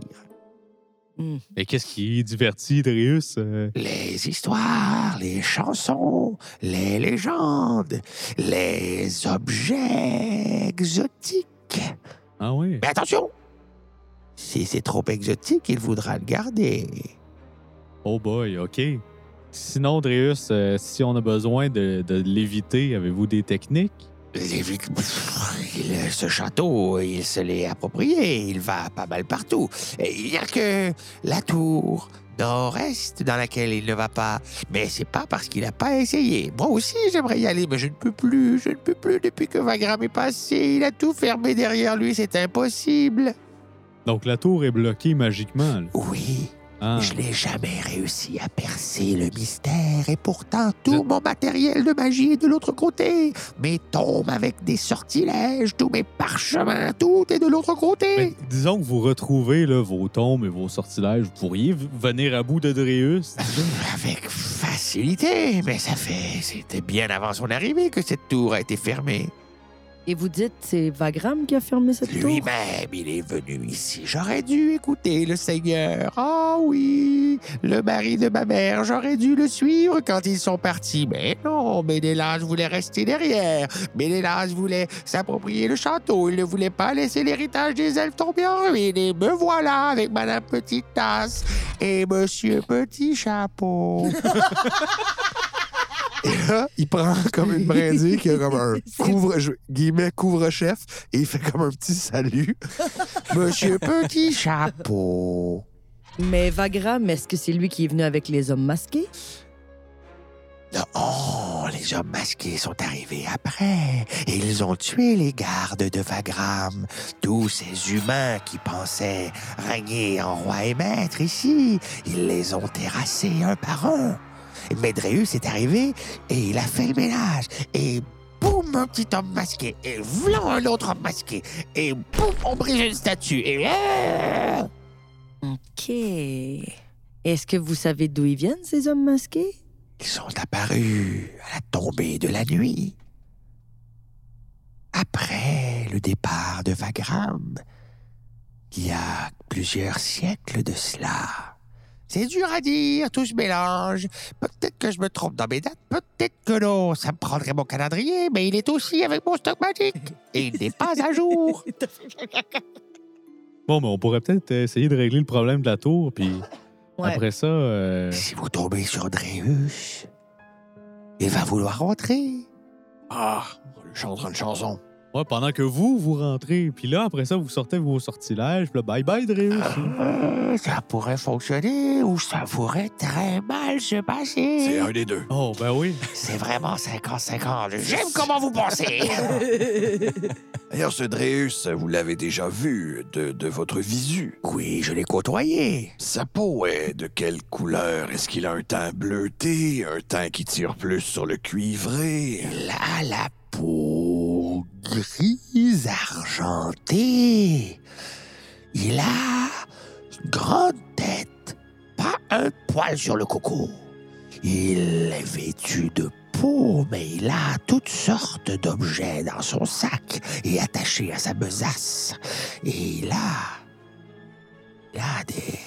Speaker 3: Mais qu'est-ce qui divertit, Darius? Euh,
Speaker 2: Les histoires, les chansons, les légendes, les objets exotiques.
Speaker 3: Ah oui.
Speaker 2: Mais attention! Si c'est trop exotique, il voudra le garder.
Speaker 3: Oh boy, OK. Sinon, Darius, euh, si on a besoin de, de l'éviter, avez-vous des techniques?
Speaker 9: Les- le- euh, ce château, il se l'est approprié. Il va pas mal partout. Et Il n'y a que la tour nord-est dans laquelle il ne va pas. Mais c'est pas parce qu'il n'a pas essayé. Moi aussi, j'aimerais y aller, mais je ne peux plus. Je ne peux plus depuis que Vagram est passé. Il a tout fermé derrière lui. C'est impossible.
Speaker 3: Donc la tour est bloquée magiquement. là.
Speaker 9: Oui,
Speaker 3: Ah.
Speaker 9: je n'ai jamais réussi à percer le mystère et pourtant tout mon matériel de magie est de l'autre côté. Mes tombes avec des sortilèges, tous mes parchemins, tout est de l'autre
Speaker 3: Mais
Speaker 9: côté.
Speaker 3: Ben, disons que vous retrouvez là, vos tombes et vos sortilèges. Vous pourriez v- venir à bout de Dreus.
Speaker 9: Avec facilité, mais ça fait... C'était bien avant son arrivée que cette tour a été fermée.
Speaker 4: Et vous dites, c'est Vagram qui a fermé cette tour?
Speaker 9: Lui-même, il est venu ici. J'aurais dû écouter le Seigneur. Ah oui, le mari de ma mère, j'aurais dû le suivre quand ils sont partis. Mais non, Ménélas voulait rester derrière. Ménélas voulait s'approprier le château. Il ne voulait pas laisser l'héritage des elfes tomber en ruine. Et me voilà avec Madame Petite Tasse et Monsieur Petit Chapeau.
Speaker 2: Là, il prend comme une brindille qui a comme un
Speaker 4: C'est-
Speaker 2: couvre, je- guillemets, couvre-chef et il fait comme un petit salut.
Speaker 9: Monsieur Petit Chapeau.
Speaker 4: Mais Vagram, est-ce que c'est lui qui est venu avec les hommes masqués?
Speaker 9: Non, oh, les hommes masqués sont arrivés après. Et ils ont tué les gardes de Vagram. Tous ces humains qui pensaient régner en roi et maître ici, ils les ont terrassés un par un. Médreus est arrivé et il a fait le ménage. Et boum, un petit homme masqué. Et vlan, un autre homme masqué. Et boum, on brise une statue. Et... Ah
Speaker 4: OK. Est-ce que vous savez d'où ils viennent, ces hommes masqués?
Speaker 9: Ils sont apparus à la tombée de la nuit. Après le départ de Vagram, il y a plusieurs siècles de cela. C'est dur à dire, tout se mélange. Peut-être que je me trompe dans mes dates, peut-être que non. Ça me prendrait mon calendrier, mais il est aussi avec mon stock magique. Et il n'est pas à jour.
Speaker 3: Bon, mais on pourrait peut-être euh, essayer de régler le problème de la tour, puis
Speaker 4: Ouais.
Speaker 3: après ça, euh,
Speaker 9: Si vous tombez sur Dreus, il va vouloir rentrer.
Speaker 6: Ah, on lui chantera une chanson.
Speaker 3: ouais, pendant que vous, vous rentrez, puis là, après ça, vous sortez vos sortilèges, puis là, bye-bye Dreus.
Speaker 9: Euh, Ça pourrait fonctionner ou ça pourrait très mal se
Speaker 6: C'est
Speaker 9: passer.
Speaker 6: un des deux.
Speaker 3: oh, ben oui.
Speaker 9: C'est vraiment 50-50. J'aime comment vous pensez.
Speaker 6: D'ailleurs, ce Dreus, vous l'avez déjà vu de, de votre visu.
Speaker 9: oui, je l'ai côtoyé.
Speaker 6: Sa peau est de quelle couleur? Est-ce qu'il a un teint bleuté, un teint qui tire plus sur le cuivré?
Speaker 9: Il a la peau grise argentée. Il a une grande tête, pas un poil sur le coco. Il est vêtu de peau, mais il a toutes sortes d'objets dans son sac et attachés à sa besace. Et il a, il a des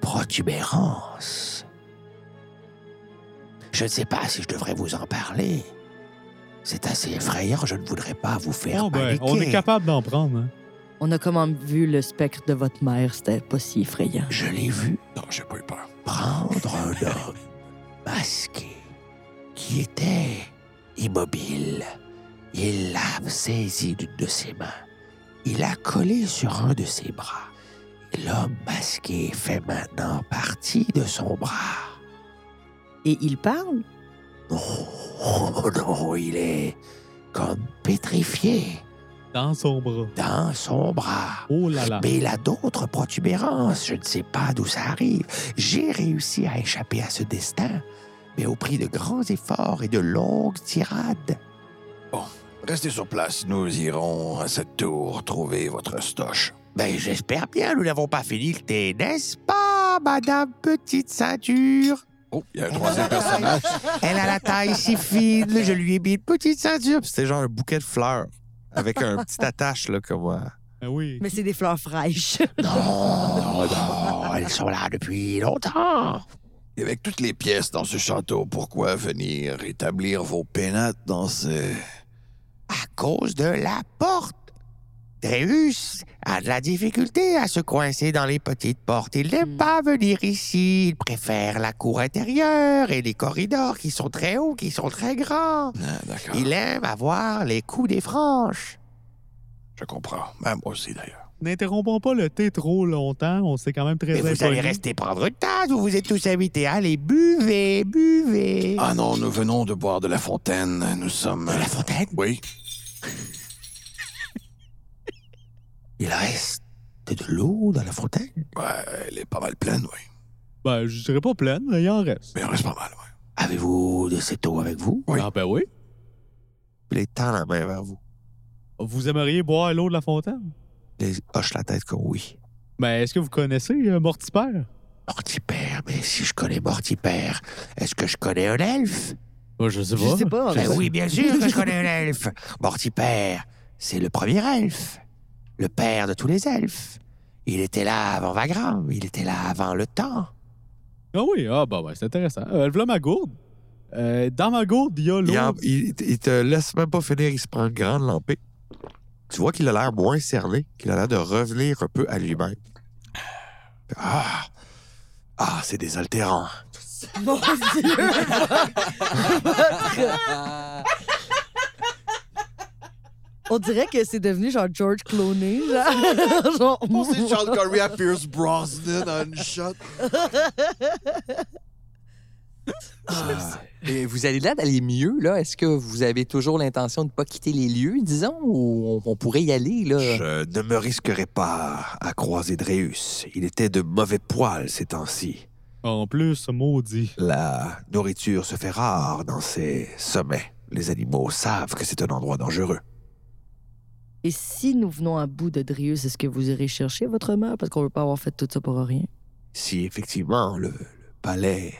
Speaker 9: protubérances. Je ne sais pas si je devrais vous en parler. C'est assez effrayant, je ne voudrais pas vous faire
Speaker 3: Oh, ben, on est
Speaker 9: paniquer.
Speaker 3: capable d'en prendre. hein.
Speaker 4: On a comment vu le spectre de votre mère, c'était pas si effrayant.
Speaker 9: Je l'ai vu
Speaker 6: Non, j'ai pas eu peur.
Speaker 9: prendre un homme masqué qui était immobile. Il l'a saisi d'une de ses mains. Il l'a collé sur un de ses bras. L'homme masqué fait maintenant partie de son bras.
Speaker 4: Et il parle?
Speaker 9: Oh non, il est comme pétrifié
Speaker 3: Dans son bras.
Speaker 9: dans son bras.
Speaker 6: Ah.
Speaker 3: Oh là là.
Speaker 9: Mais il a d'autres protubérances. Je ne sais pas d'où ça arrive. J'ai réussi à échapper à ce destin, mais au prix de grands efforts et de longues tirades.
Speaker 6: Restez sur place, nous irons à cette tour trouver votre stoche.
Speaker 9: Ben, j'espère bien, nous n'avons pas fini le thé, n'est-ce pas, Madame Petite Ceinture?
Speaker 6: Oh, il y a un troisième personnage.
Speaker 9: Elle a la taille si fine, je lui ai mis une petite ceinture.
Speaker 2: C'était genre un bouquet de fleurs avec un petit attache, là, comme. euh,
Speaker 3: Ben oui.
Speaker 4: Mais c'est des fleurs fraîches.
Speaker 9: Non, non, elles sont là depuis longtemps.
Speaker 6: Et Avec toutes les pièces dans ce château, pourquoi venir établir vos pénates dans ce...
Speaker 9: À cause de la porte. Dréus a de la difficulté à se coincer dans les petites portes. Il n'aime pas venir ici. Il préfère la cour intérieure et les corridors qui sont très hauts, qui sont très grands.
Speaker 6: Ah, D'accord.
Speaker 9: Il aime avoir les coups des franches.
Speaker 6: Je comprends. Ben, moi aussi, d'ailleurs.
Speaker 3: N'interrompons pas le thé trop longtemps, on s'est quand même très
Speaker 9: Mais vous allez
Speaker 3: impognés.
Speaker 9: rester prendre une tasse ou vous êtes tous invités. Allez, buvez, buvez.
Speaker 6: Ah non, nous venons de boire de la fontaine. Nous sommes.
Speaker 9: De la fontaine.
Speaker 6: Oui.
Speaker 9: Il reste de l'eau dans la fontaine.
Speaker 6: Ouais, elle est pas mal pleine, oui.
Speaker 3: Ben, je dirais pas pleine, mais il en reste.
Speaker 6: Mais il en reste pas mal, oui.
Speaker 9: Avez-vous de cette eau avec vous?
Speaker 6: Oui.
Speaker 3: Ah ben oui.
Speaker 9: Il tend la main vers vous.
Speaker 3: Vous aimeriez boire l'eau de la fontaine?
Speaker 9: Il hoche la tête comme oui.
Speaker 3: Ben, est-ce que vous connaissez euh, Mortipère?
Speaker 9: Mortipère, mais si je connais Mortipère, est-ce que je connais un elfe?
Speaker 3: Ben, je sais
Speaker 4: Je sais pas.
Speaker 9: Ben oui, bien sûr que je connais un elfe. Mortipère, c'est le premier elfe, le père de tous les elfes. Il était là avant Vagram, il était là avant le temps.
Speaker 3: Ah oui, ah ben, ben, c'est intéressant. Euh, voilà ma gourde. Euh, dans ma gourde, il y a l'eau.
Speaker 2: Il, en- il- il te laisse même pas finir, il se prend une grande lampée. Tu vois qu'il a l'air moins cerné, qu'il a l'air de revenir un peu à lui-même. Ah, ah c'est désaltérant.
Speaker 4: Mon Dieu! On dirait que c'est devenu genre George Clooney. Genre. genre
Speaker 6: C'est Charles Curry à Pierce Brosnan en une shot.
Speaker 9: Ah,
Speaker 2: Ah,
Speaker 5: Et vous allez là d'aller mieux, là? Est-ce que vous avez toujours l'intention de ne pas quitter les lieux, disons, ou on, on pourrait y aller, là?
Speaker 2: Je ne me risquerai pas à croiser Dréus. Il était de mauvais poil ces temps-ci.
Speaker 3: En plus, maudit.
Speaker 2: La nourriture se fait rare dans ces sommets. Les animaux savent que c'est un endroit dangereux.
Speaker 4: Et si nous venons à bout de Drius, est-ce que vous irez chercher votre mère? Parce qu'on veut pas avoir fait tout ça pour rien.
Speaker 2: Si effectivement le, le palais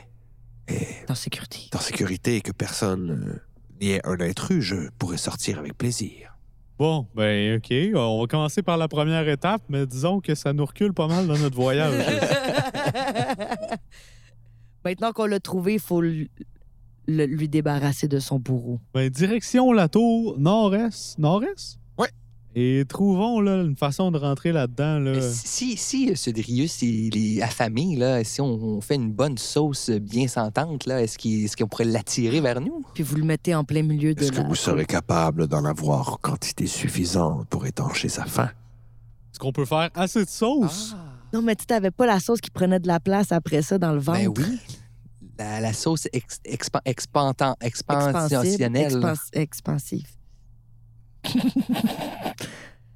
Speaker 2: est
Speaker 4: En sécurité.
Speaker 2: en sécurité et que personne euh, n'y est un intrus, je pourrais sortir avec plaisir.
Speaker 3: Bon, ben, OK. On va commencer par la première étape, mais disons que ça nous recule pas mal dans notre voyage.
Speaker 4: Maintenant qu'on l'a trouvé, il faut le- le- lui débarrasser de son bourreau.
Speaker 3: ben, direction la tour nord-est. Nord-est?
Speaker 2: Ouais.
Speaker 3: Et trouvons, là, une façon de rentrer là-dedans, là.
Speaker 5: Mais Si, si, euh, ce Drius il est affamé, là, si on, on fait une bonne sauce euh, bien sentante, là, est-ce qu'il- est-ce qu'on pourrait l'attirer vers nous?
Speaker 4: Puis vous le mettez en plein milieu de
Speaker 2: Est-ce que
Speaker 4: la...
Speaker 2: vous serez capable d'en avoir en quantité suffisante pour étancher sa faim?
Speaker 3: Est-ce qu'on peut faire assez de
Speaker 5: Ah.
Speaker 3: sauce?
Speaker 4: Non, mais tu t'avais pas la sauce qui prenait de la place après ça dans le ventre.
Speaker 5: Ben oui. La, la sauce ex, expan- expantan-
Speaker 4: Expansive,
Speaker 5: expansionnelle.
Speaker 4: expans- expansive.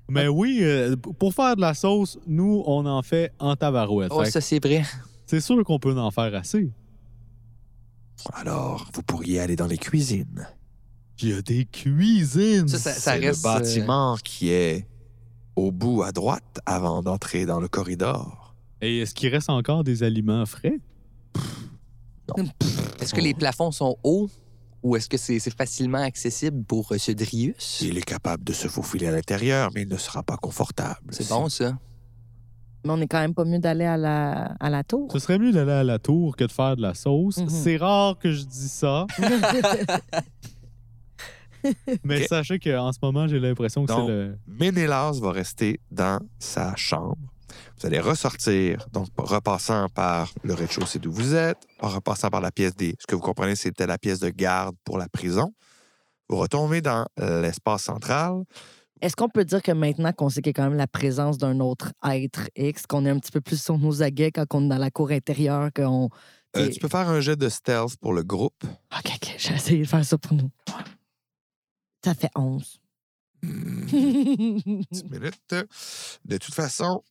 Speaker 3: Mais oui, euh, p- pour faire de la sauce, nous, on en fait en tabarouette.
Speaker 5: Oh,
Speaker 3: Fait que
Speaker 5: ça, c'est vrai.
Speaker 3: C'est sûr qu'on peut en faire assez.
Speaker 2: Alors, vous pourriez aller dans les cuisines.
Speaker 3: Il y a des cuisines.
Speaker 5: Ça, ça, ça
Speaker 2: C'est
Speaker 5: reste.
Speaker 2: le
Speaker 5: euh,
Speaker 2: bâtiment qui est au bout à droite avant d'entrer dans le corridor.
Speaker 3: Et est-ce qu'il reste encore des aliments frais?
Speaker 5: Est-ce que les plafonds sont hauts ou est-ce que c'est c'est facilement accessible pour euh, ce Drius?
Speaker 2: Il est capable de se faufiler à l'intérieur, mais il ne sera pas confortable.
Speaker 5: C'est bon, ça.
Speaker 4: Mais on est quand même pas mieux d'aller à la, à la tour.
Speaker 3: Ce serait mieux d'aller à la tour que de faire de la sauce.
Speaker 5: Mm-hmm.
Speaker 4: Mhm.
Speaker 3: C'est rare que je dis ça, mais
Speaker 2: Ok.
Speaker 3: sachez qu'en ce moment, j'ai l'impression que
Speaker 2: Donc,
Speaker 3: c'est le.
Speaker 2: Ménélas va rester dans sa chambre. Vous allez ressortir, donc repassant par le rez-de-chaussée d'où vous êtes, en repassant par la pièce des... Ce que vous comprenez, c'était la pièce de garde pour la prison. Vous retombez dans euh, l'espace central.
Speaker 4: Est-ce qu'on peut dire que maintenant qu'on sait qu'il y a quand même la présence d'un autre être X, qu'on est un petit peu plus sur nos aguets quand on est dans la cour intérieure, qu'on...
Speaker 2: Euh,
Speaker 4: Et-
Speaker 2: tu peux faire un jet de stealth pour le groupe.
Speaker 4: Ah, OK, OK, j'ai essayé de faire ça pour nous. Ça fait 11. Hmm.
Speaker 3: Mm.
Speaker 2: Petite minute. De toute façon,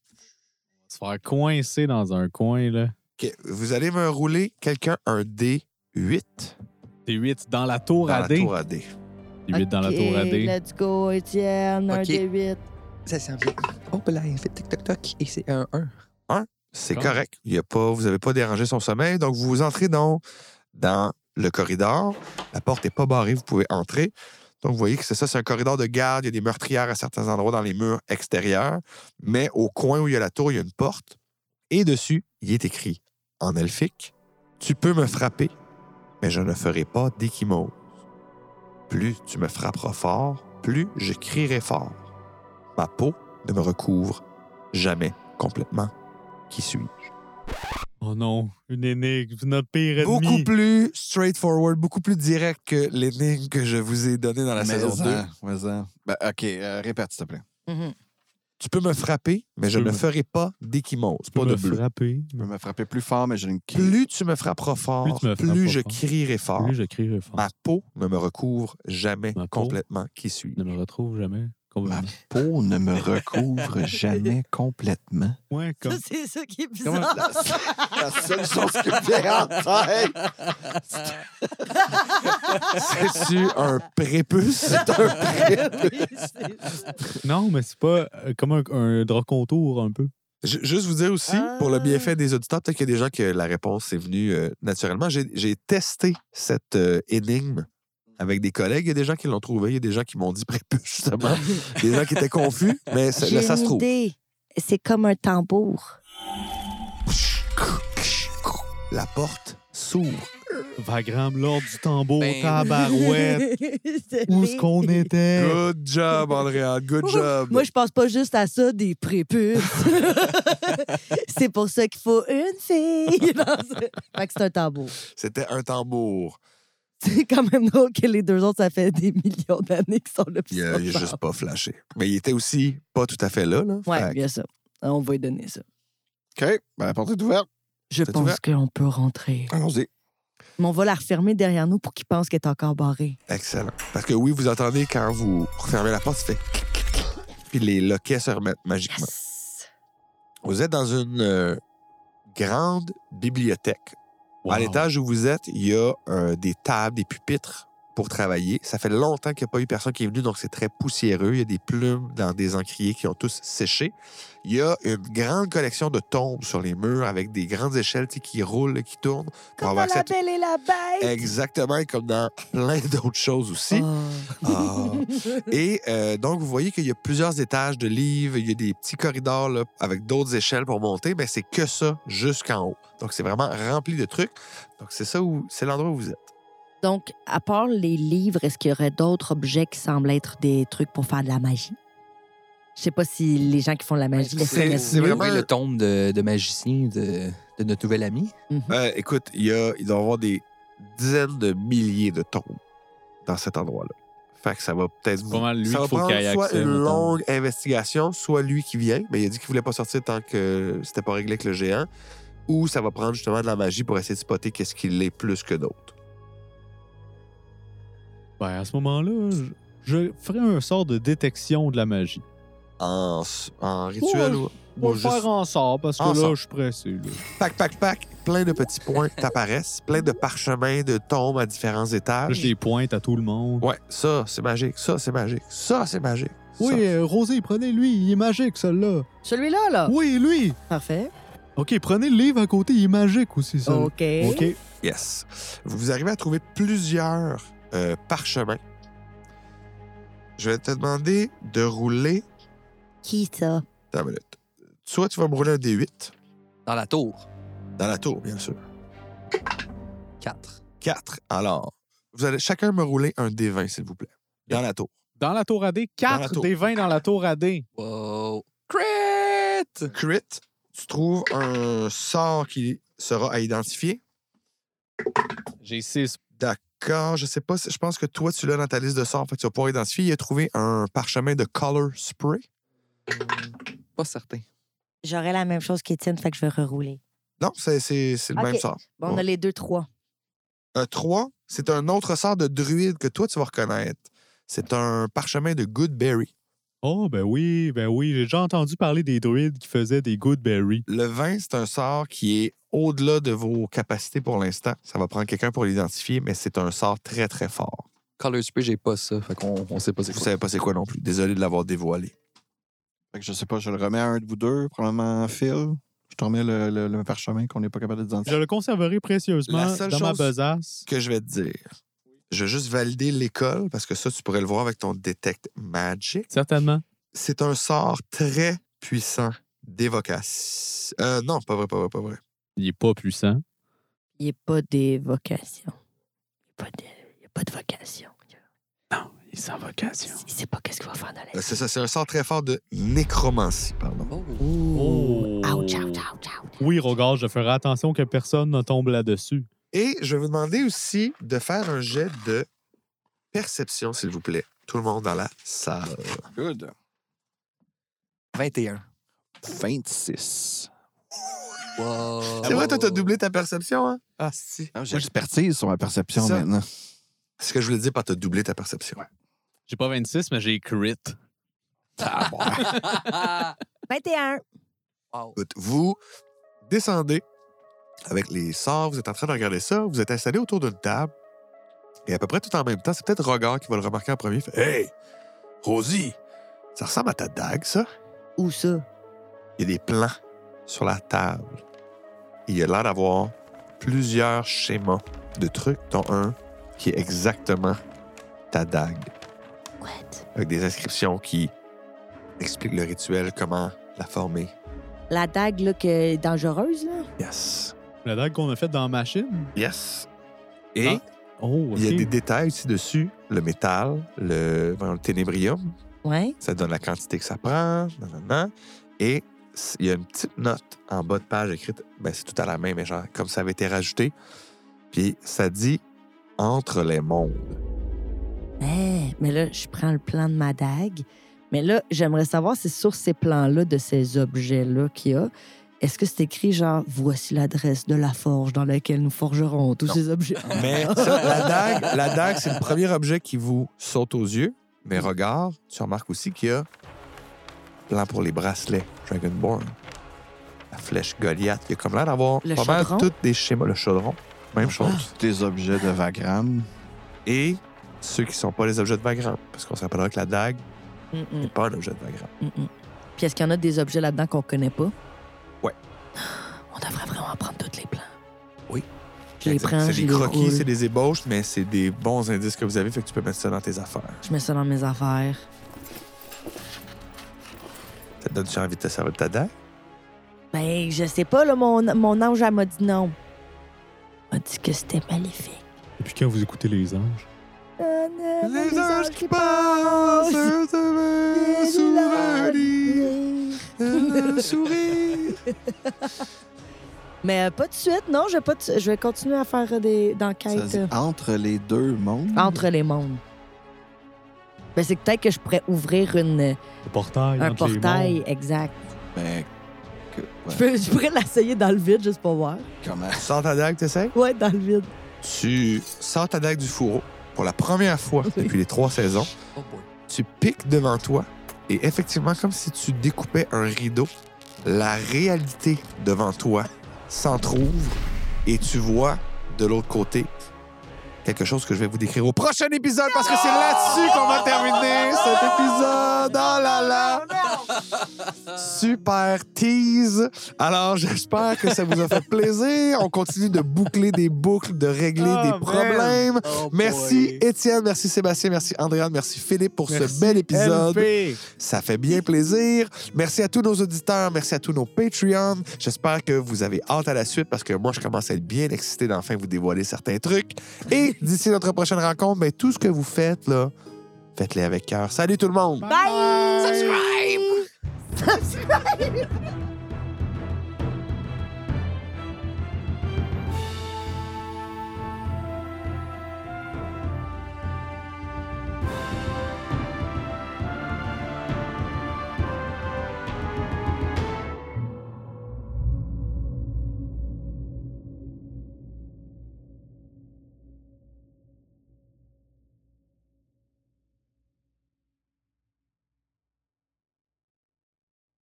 Speaker 3: Se faire coincer dans un coin, là.
Speaker 2: ok, vous allez me rouler quelqu'un un D8
Speaker 3: T'es 8 dans la tour
Speaker 2: dans
Speaker 3: à
Speaker 2: la
Speaker 3: D.
Speaker 2: tour à D.
Speaker 3: T'es 8 dans la tour à
Speaker 4: OK,
Speaker 3: D.
Speaker 4: Let's go, Étienne, un
Speaker 5: OK.
Speaker 4: des huit.
Speaker 5: Ça sent bien. Hop là, il fait tic-toc-toc et c'est un 1.
Speaker 2: C'est
Speaker 3: D'accord.
Speaker 2: correct. Il y a pas, vous n'avez pas dérangé son sommeil. Donc, vous entrez donc dans le corridor. La porte n'est pas barrée, vous pouvez entrer. Donc, vous voyez que c'est ça, c'est un corridor de garde. Il y a des meurtrières à certains endroits dans les murs extérieurs. Mais au coin où il y a la tour, il y a une porte. Et dessus, il est écrit en elfique Tu peux me frapper, mais je ne ferai pas d'échymose. Plus tu me frapperas fort, plus je crierai fort. Ma peau ne me recouvre jamais complètement. Qui suis
Speaker 3: Oh non, une énigme, c'est notre pire ennemi.
Speaker 2: Beaucoup plus straightforward, beaucoup plus direct que l'énigme que je vous ai donnée dans la
Speaker 6: Mais
Speaker 2: saison
Speaker 6: en,
Speaker 2: 2.
Speaker 3: hein.
Speaker 6: mais en. Ben, OK, euh, répète, s'il te plaît.
Speaker 4: Mhm.
Speaker 2: Tu peux me frapper, mais
Speaker 3: Tu
Speaker 2: je
Speaker 3: peux
Speaker 2: ne
Speaker 3: me-
Speaker 2: ferai pas d'équimose,
Speaker 3: Tu
Speaker 2: pas de
Speaker 3: peux me
Speaker 2: bleu.
Speaker 3: frapper.
Speaker 6: Tu peux me frapper plus fort, mais j'ai une clé.
Speaker 2: Plus tu me frapperas fort,
Speaker 3: Plus tu me
Speaker 2: plus,
Speaker 3: frapperas
Speaker 2: je
Speaker 3: fort.
Speaker 2: crierai fort.
Speaker 3: Plus je crierai fort.
Speaker 2: Ah. Ma peau ne me recouvre jamais
Speaker 3: Ma peau.
Speaker 2: complètement. Qui suis
Speaker 3: Je ne me retrouve jamais.
Speaker 6: Ma
Speaker 3: complètement.
Speaker 6: peau ne me recouvre jamais complètement.
Speaker 3: Ouais, comme...
Speaker 4: Ça, c'est ça qui est
Speaker 6: Comment-
Speaker 4: bizarre.
Speaker 6: la, la seule chose qui me vient en tête.
Speaker 2: C'est-tu un prépuce?
Speaker 3: Non, mais c'est pas euh, comme un, un drap contour un peu.
Speaker 2: Ju- Juste vous dire aussi, pour
Speaker 4: Ah.
Speaker 2: le bienfait des auditeurs, peut-être qu'il y a des gens que la réponse est venue euh, naturellement. J'ai j'ai testé cette euh, énigme avec des collègues. Il y a des gens qui l'ont trouvé, il y a des gens qui m'ont dit prépuce, justement. des gens qui étaient confus, mais ça,
Speaker 4: J'ai
Speaker 2: là, ça se
Speaker 4: une
Speaker 2: trouve.
Speaker 4: idée. C'est comme un tambour.
Speaker 2: La porte s'ouvre.
Speaker 3: Vagram, l'ordre du tambour,
Speaker 5: Ben-
Speaker 3: tabarouette. Où est-ce qu'on était?
Speaker 2: Good job, Andréane, good job.
Speaker 4: Moi, je pense pas juste à ça, des prépuces. c'est pour ça qu'il faut une fille. Non, c'est- fait que c'est un tambour.
Speaker 2: C'était un tambour.
Speaker 4: C'est quand même drôle que les deux autres, ça fait des millions d'années qu'ils sont là. puis
Speaker 2: Il a, il a
Speaker 4: ils sont
Speaker 2: juste pas flashé. Mais il était aussi pas tout à fait là. là.
Speaker 4: pas. Ouais,
Speaker 2: Fait que
Speaker 4: bien sûr. On va lui donner ça.
Speaker 6: OK, ben, la porte est ouverte.
Speaker 4: Je
Speaker 2: C'est
Speaker 4: pense
Speaker 2: ouvert.
Speaker 4: qu'on peut rentrer.
Speaker 6: Allons-y.
Speaker 4: Mais on va la refermer derrière nous pour qu'il pense qu'elle est encore barrée.
Speaker 2: Excellent. Parce que oui, vous entendez quand vous refermez la porte, ça fait clic, clic, clic. puis les loquets se remettent magiquement.
Speaker 4: Yes!
Speaker 2: Vous êtes dans une euh, grande bibliothèque.
Speaker 3: Wow.
Speaker 2: À l'étage où vous êtes, il y a euh, des tables, des pupitres pour travailler. Ça fait longtemps qu'il n'y a pas eu personne qui est venu, donc c'est très poussiéreux. Il y a des plumes dans des encriers qui ont tous séché. Il y a une grande collection de tombes sur les murs avec des grandes échelles tu sais, qui roulent, qui tournent. pour
Speaker 7: Comme
Speaker 2: avoir
Speaker 7: dans
Speaker 2: accès à
Speaker 7: la belle et la bête.
Speaker 2: Exactement, et comme dans plein d'autres choses aussi.
Speaker 4: Oh.
Speaker 2: Ah.
Speaker 3: Mm.
Speaker 2: Et euh, donc, vous voyez qu'il y a plusieurs étages de livres, il y a des petits corridors là, avec d'autres échelles pour monter, mais c'est que ça jusqu'en haut. Donc, c'est vraiment rempli de trucs. Donc, c'est ça où c'est l'endroit où vous êtes.
Speaker 4: Donc, à part les livres, est-ce qu'il y aurait d'autres objets qui semblent être des trucs pour faire de la magie? Je sais pas si les gens qui font de la magie le
Speaker 2: C'est-
Speaker 4: connaissent
Speaker 2: c'est
Speaker 4: mieux.
Speaker 2: vraiment-
Speaker 5: Trouver le tombe de, de magicien de, de notre nouvel ami.
Speaker 3: Mm.
Speaker 2: Euh, écoute, il, y a, il doit y avoir des dizaines de milliers de tombes dans cet endroit-là. Fait que ça va peut-être
Speaker 3: Pas mal lui
Speaker 2: ça va
Speaker 3: qu'il faut
Speaker 2: prendre
Speaker 3: qu'il
Speaker 2: soit
Speaker 3: accède,
Speaker 2: une
Speaker 3: mettons.
Speaker 2: longue investigation, soit lui qui vient, mais il a dit qu'il voulait pas sortir tant que c'était pas réglé avec le géant, ou ça va prendre justement de la magie pour essayer de spotter qu'est-ce qu'il est plus que d'autres.
Speaker 3: Ben, à ce moment-là, je, je ferai un sort de détection de la magie.
Speaker 2: En, s- en rituel ou...
Speaker 3: On
Speaker 2: ou
Speaker 3: va le faire en sort parce que
Speaker 2: En
Speaker 3: là,
Speaker 2: sort.
Speaker 3: je suis pressé. là.
Speaker 2: Pac, pac, pac, plein de petits points t'apparaissent, plein de parchemins, de tombes à différents
Speaker 3: Là, je
Speaker 2: étages.
Speaker 3: les pointe à tout le monde.
Speaker 2: Ouais, ça, c'est magique, ça, c'est magique, ça, c'est magique. ça.
Speaker 3: Oui, euh, Rosé, prenez-lui, il est magique, celui-là.
Speaker 4: Celui-là, là.
Speaker 3: Oui, lui.
Speaker 4: Parfait.
Speaker 3: OK, prenez le livre à côté, il est magique aussi, ça.
Speaker 4: OK.
Speaker 3: OK.
Speaker 2: Yes. Vous arrivez à trouver plusieurs euh, parchemins. Je vais te demander de rouler.
Speaker 4: Qui ça?
Speaker 2: Attends une minute. Soit tu vas me rouler un D8
Speaker 5: Dans la tour.
Speaker 2: dans la tour, bien sûr.
Speaker 5: 4.
Speaker 2: 4. Alors, vous allez chacun me rouler un D20, s'il vous plaît. Dans la tour.
Speaker 3: Dans la tour AD,
Speaker 2: la
Speaker 3: 4
Speaker 2: tour.
Speaker 3: des 20 dans la tour AD.
Speaker 5: Wow. Crit!
Speaker 2: Crit, tu trouves un sort qui sera à identifier.
Speaker 3: J'ai 6.
Speaker 2: D'accord, je sais pas, si- je pense que toi, tu l'as dans ta liste de sorts, fait que tu vas pouvoir identifier. Il a trouvé un parchemin de Color Spray.
Speaker 5: Pas certain.
Speaker 4: J'aurais la même chose qu'Étienne, fait que je vais rerouler.
Speaker 2: Non, c'est c'est- c'est le
Speaker 4: Ok.
Speaker 2: même sort.
Speaker 4: Bon, on a les deux, trois.
Speaker 2: Un 3, c'est un autre sort de druide que toi, tu vas reconnaître. C'est un parchemin de Goodberry.
Speaker 3: Oh, ben oui, ben oui. J'ai déjà entendu parler des druides qui faisaient des Goodberry.
Speaker 2: Le 20, c'est un sort qui est au-delà de vos capacités pour l'instant. Ça va prendre quelqu'un pour l'identifier, mais c'est un sort très, très fort.
Speaker 5: Color Spray, j'ai pas ça. Fait qu'on on sait pas c'est
Speaker 2: Vous
Speaker 5: quoi.
Speaker 2: savez pas c'est quoi non plus. Désolé de l'avoir dévoilé.
Speaker 6: Fait que je sais pas, je le remets à un de vous deux, probablement Phil. Je te remets le, le, le parchemin qu'on n'est pas capable de
Speaker 3: Je
Speaker 6: d'identifier.
Speaker 3: le conserverai précieusement
Speaker 2: La
Speaker 3: dans
Speaker 2: seule
Speaker 3: ma
Speaker 2: chose-
Speaker 3: besace.
Speaker 2: Ce que je vais te dire, je vais juste valider l'école, parce que ça, tu pourrais le voir avec ton Detect Magic.
Speaker 3: Certainement.
Speaker 2: C'est un sort très puissant d'évocation. Euh, non, pas vrai, pas vrai, pas vrai.
Speaker 3: Il est pas puissant.
Speaker 4: Il n'y a pas des vocations. Il n'y a, pas de- il y a pas de vocation.
Speaker 3: Non, il Il est sans vocation.
Speaker 4: Il sait pas qu'est-ce qu'il va faire dans la
Speaker 2: Euh, C'est ça, c'est un sort très fort de nécromancie, pardon.
Speaker 5: Oh.
Speaker 3: Oh!
Speaker 4: Ouch, ouch, ouch, ouch.
Speaker 3: Oui, Rogard, je ferai attention que personne ne tombe là-dessus.
Speaker 2: Et je vais vous demander aussi de faire un jet de perception, s'il vous plaît. Tout le monde dans la salle.
Speaker 6: Good.
Speaker 5: 21.
Speaker 6: 26.
Speaker 5: Wow.
Speaker 2: C'est vrai, toi, t'as doublé ta perception, hein? Ah, si.
Speaker 6: Ah, J'ai expertise sur ma perception
Speaker 2: Ça.
Speaker 6: maintenant.
Speaker 2: C'est ce que je voulais dire par t'as doublé ta perception.
Speaker 3: J'ai pas 26, mais j'ai crit.
Speaker 4: 21.
Speaker 5: Wow.
Speaker 2: Écoute, vous descendez avec les sorts, vous êtes en train de regarder ça, vous êtes installés autour d'une table, et à peu près tout en même temps, c'est peut-être Rogard qui va le remarquer en premier. il fait, hey, Rosie, ça ressemble à ta dague, ça?
Speaker 4: Où ça?
Speaker 2: Il y a des plans sur la table. Il y a l'air d'avoir plusieurs schémas de trucs, dont un qui est exactement ta dague,
Speaker 4: What?
Speaker 2: avec des inscriptions qui expliquent le rituel, comment la former.
Speaker 4: La dague, là, qui est dangereuse, là?
Speaker 2: Yes.
Speaker 3: La dague qu'on a faite dans la machine.
Speaker 2: Yes. Et
Speaker 3: Ah. Oh, ok.
Speaker 2: il y a des détails ici dessus le métal, le, voyons, le ténébrium,
Speaker 4: Ouais.
Speaker 2: ça donne la quantité que ça prend, nanana. et s- il y a une petite note en bas de page écrite, ben, c'est tout à la main, mais genre comme ça avait été rajouté. Puis ça dit entre les mondes.
Speaker 4: Hein, mais là, je prends le plan de ma dague. Mais là, j'aimerais savoir si sur ces plans-là, de ces objets-là qu'il y a, est-ce que c'est écrit genre voici l'adresse de la forge dans laquelle nous forgerons tous ces objets?
Speaker 2: Mais ça, la dague, la dague, c'est le premier objet qui vous saute aux yeux. Mais regarde, tu remarques aussi qu'il y a plan pour les bracelets Dragonborn, la flèche Goliath. Il y a comme l'air d'avoir
Speaker 4: Le
Speaker 2: pas mal
Speaker 4: chaudron. Ah.
Speaker 2: tous des schémas. Le chaudron, même chose.
Speaker 6: Tous les objets de Vagram.
Speaker 2: Et ceux qui sont pas les objets de Vagrant, parce qu'on se rappellera que la dague
Speaker 4: Mm, mm,
Speaker 2: n'est pas un objet de Vagrant.
Speaker 4: mm, mm. Puis est-ce qu'il y en a des objets là-dedans qu'on connaît pas?
Speaker 2: Ouais.
Speaker 4: On devrait vraiment prendre tous les plans.
Speaker 5: Oui.
Speaker 4: Je les prends,
Speaker 2: C'est
Speaker 4: je
Speaker 2: des
Speaker 4: les
Speaker 2: croquis,
Speaker 4: roule.
Speaker 2: c'est des ébauches, mais c'est des bons indices que vous avez, fait que tu peux mettre ça dans tes affaires.
Speaker 4: Je mets ça dans mes affaires.
Speaker 2: Ça te donne-tu envie de te servir de ta dague?
Speaker 4: Ben, je sais pas, là, mon, mon ange, elle m'a dit non. Elle m'a dit que c'était maléfique.
Speaker 3: Depuis quand vous écoutez les anges?
Speaker 10: Euh, euh, les anges qui parlent.
Speaker 2: passent,
Speaker 10: Des
Speaker 2: souvenirs,
Speaker 10: villages.
Speaker 2: un sourire.
Speaker 4: Mais euh, pas de suite, non, je vais, pas de- je vais continuer à faire euh, des
Speaker 6: Ça
Speaker 4: enquêtes
Speaker 6: dit entre les deux mondes.
Speaker 4: entre les mondes. Ben, c'est que peut-être que je pourrais ouvrir une, euh,
Speaker 3: Le portail.
Speaker 4: un
Speaker 3: entre les
Speaker 4: portail,
Speaker 3: mondes.
Speaker 4: exact.
Speaker 6: Ben, que- ouais,
Speaker 4: Je, peux- je pourrais l'essayer dans le vide, juste pour voir.
Speaker 6: comment?
Speaker 2: Tu sors ta dague, t'essayes?
Speaker 4: Ouais, dans le vide.
Speaker 2: Tu sors ta dague du fourreau pour la première fois depuis les trois saisons.
Speaker 5: Oh boy.
Speaker 2: Tu piques devant toi et effectivement, comme si tu découpais un rideau, la réalité devant toi s'entr'ouvre et tu vois de l'autre côté quelque chose que je vais vous décrire au prochain épisode parce que c'est là-dessus qu'on va terminer cet épisode. Oh là là! Super tease. Alors, j'espère que ça vous a fait plaisir. On continue de boucler des boucles, de régler
Speaker 3: Ah, man.
Speaker 2: des problèmes.
Speaker 5: Oh boy.
Speaker 2: Merci Étienne, merci Sébastien, merci Andréane, merci Philippe pour ce bel épisode.
Speaker 3: LP.
Speaker 2: Ça fait bien plaisir. Merci à tous nos auditeurs, merci à tous nos Patreons. J'espère que vous avez hâte à la suite parce que moi, je commence à être bien excité d'enfin vous dévoiler certains trucs. Et d'ici notre prochaine rencontre, ben, tout ce que vous faites, là, faites-les avec cœur. Salut tout le monde!
Speaker 4: Bye!
Speaker 10: Subscribe!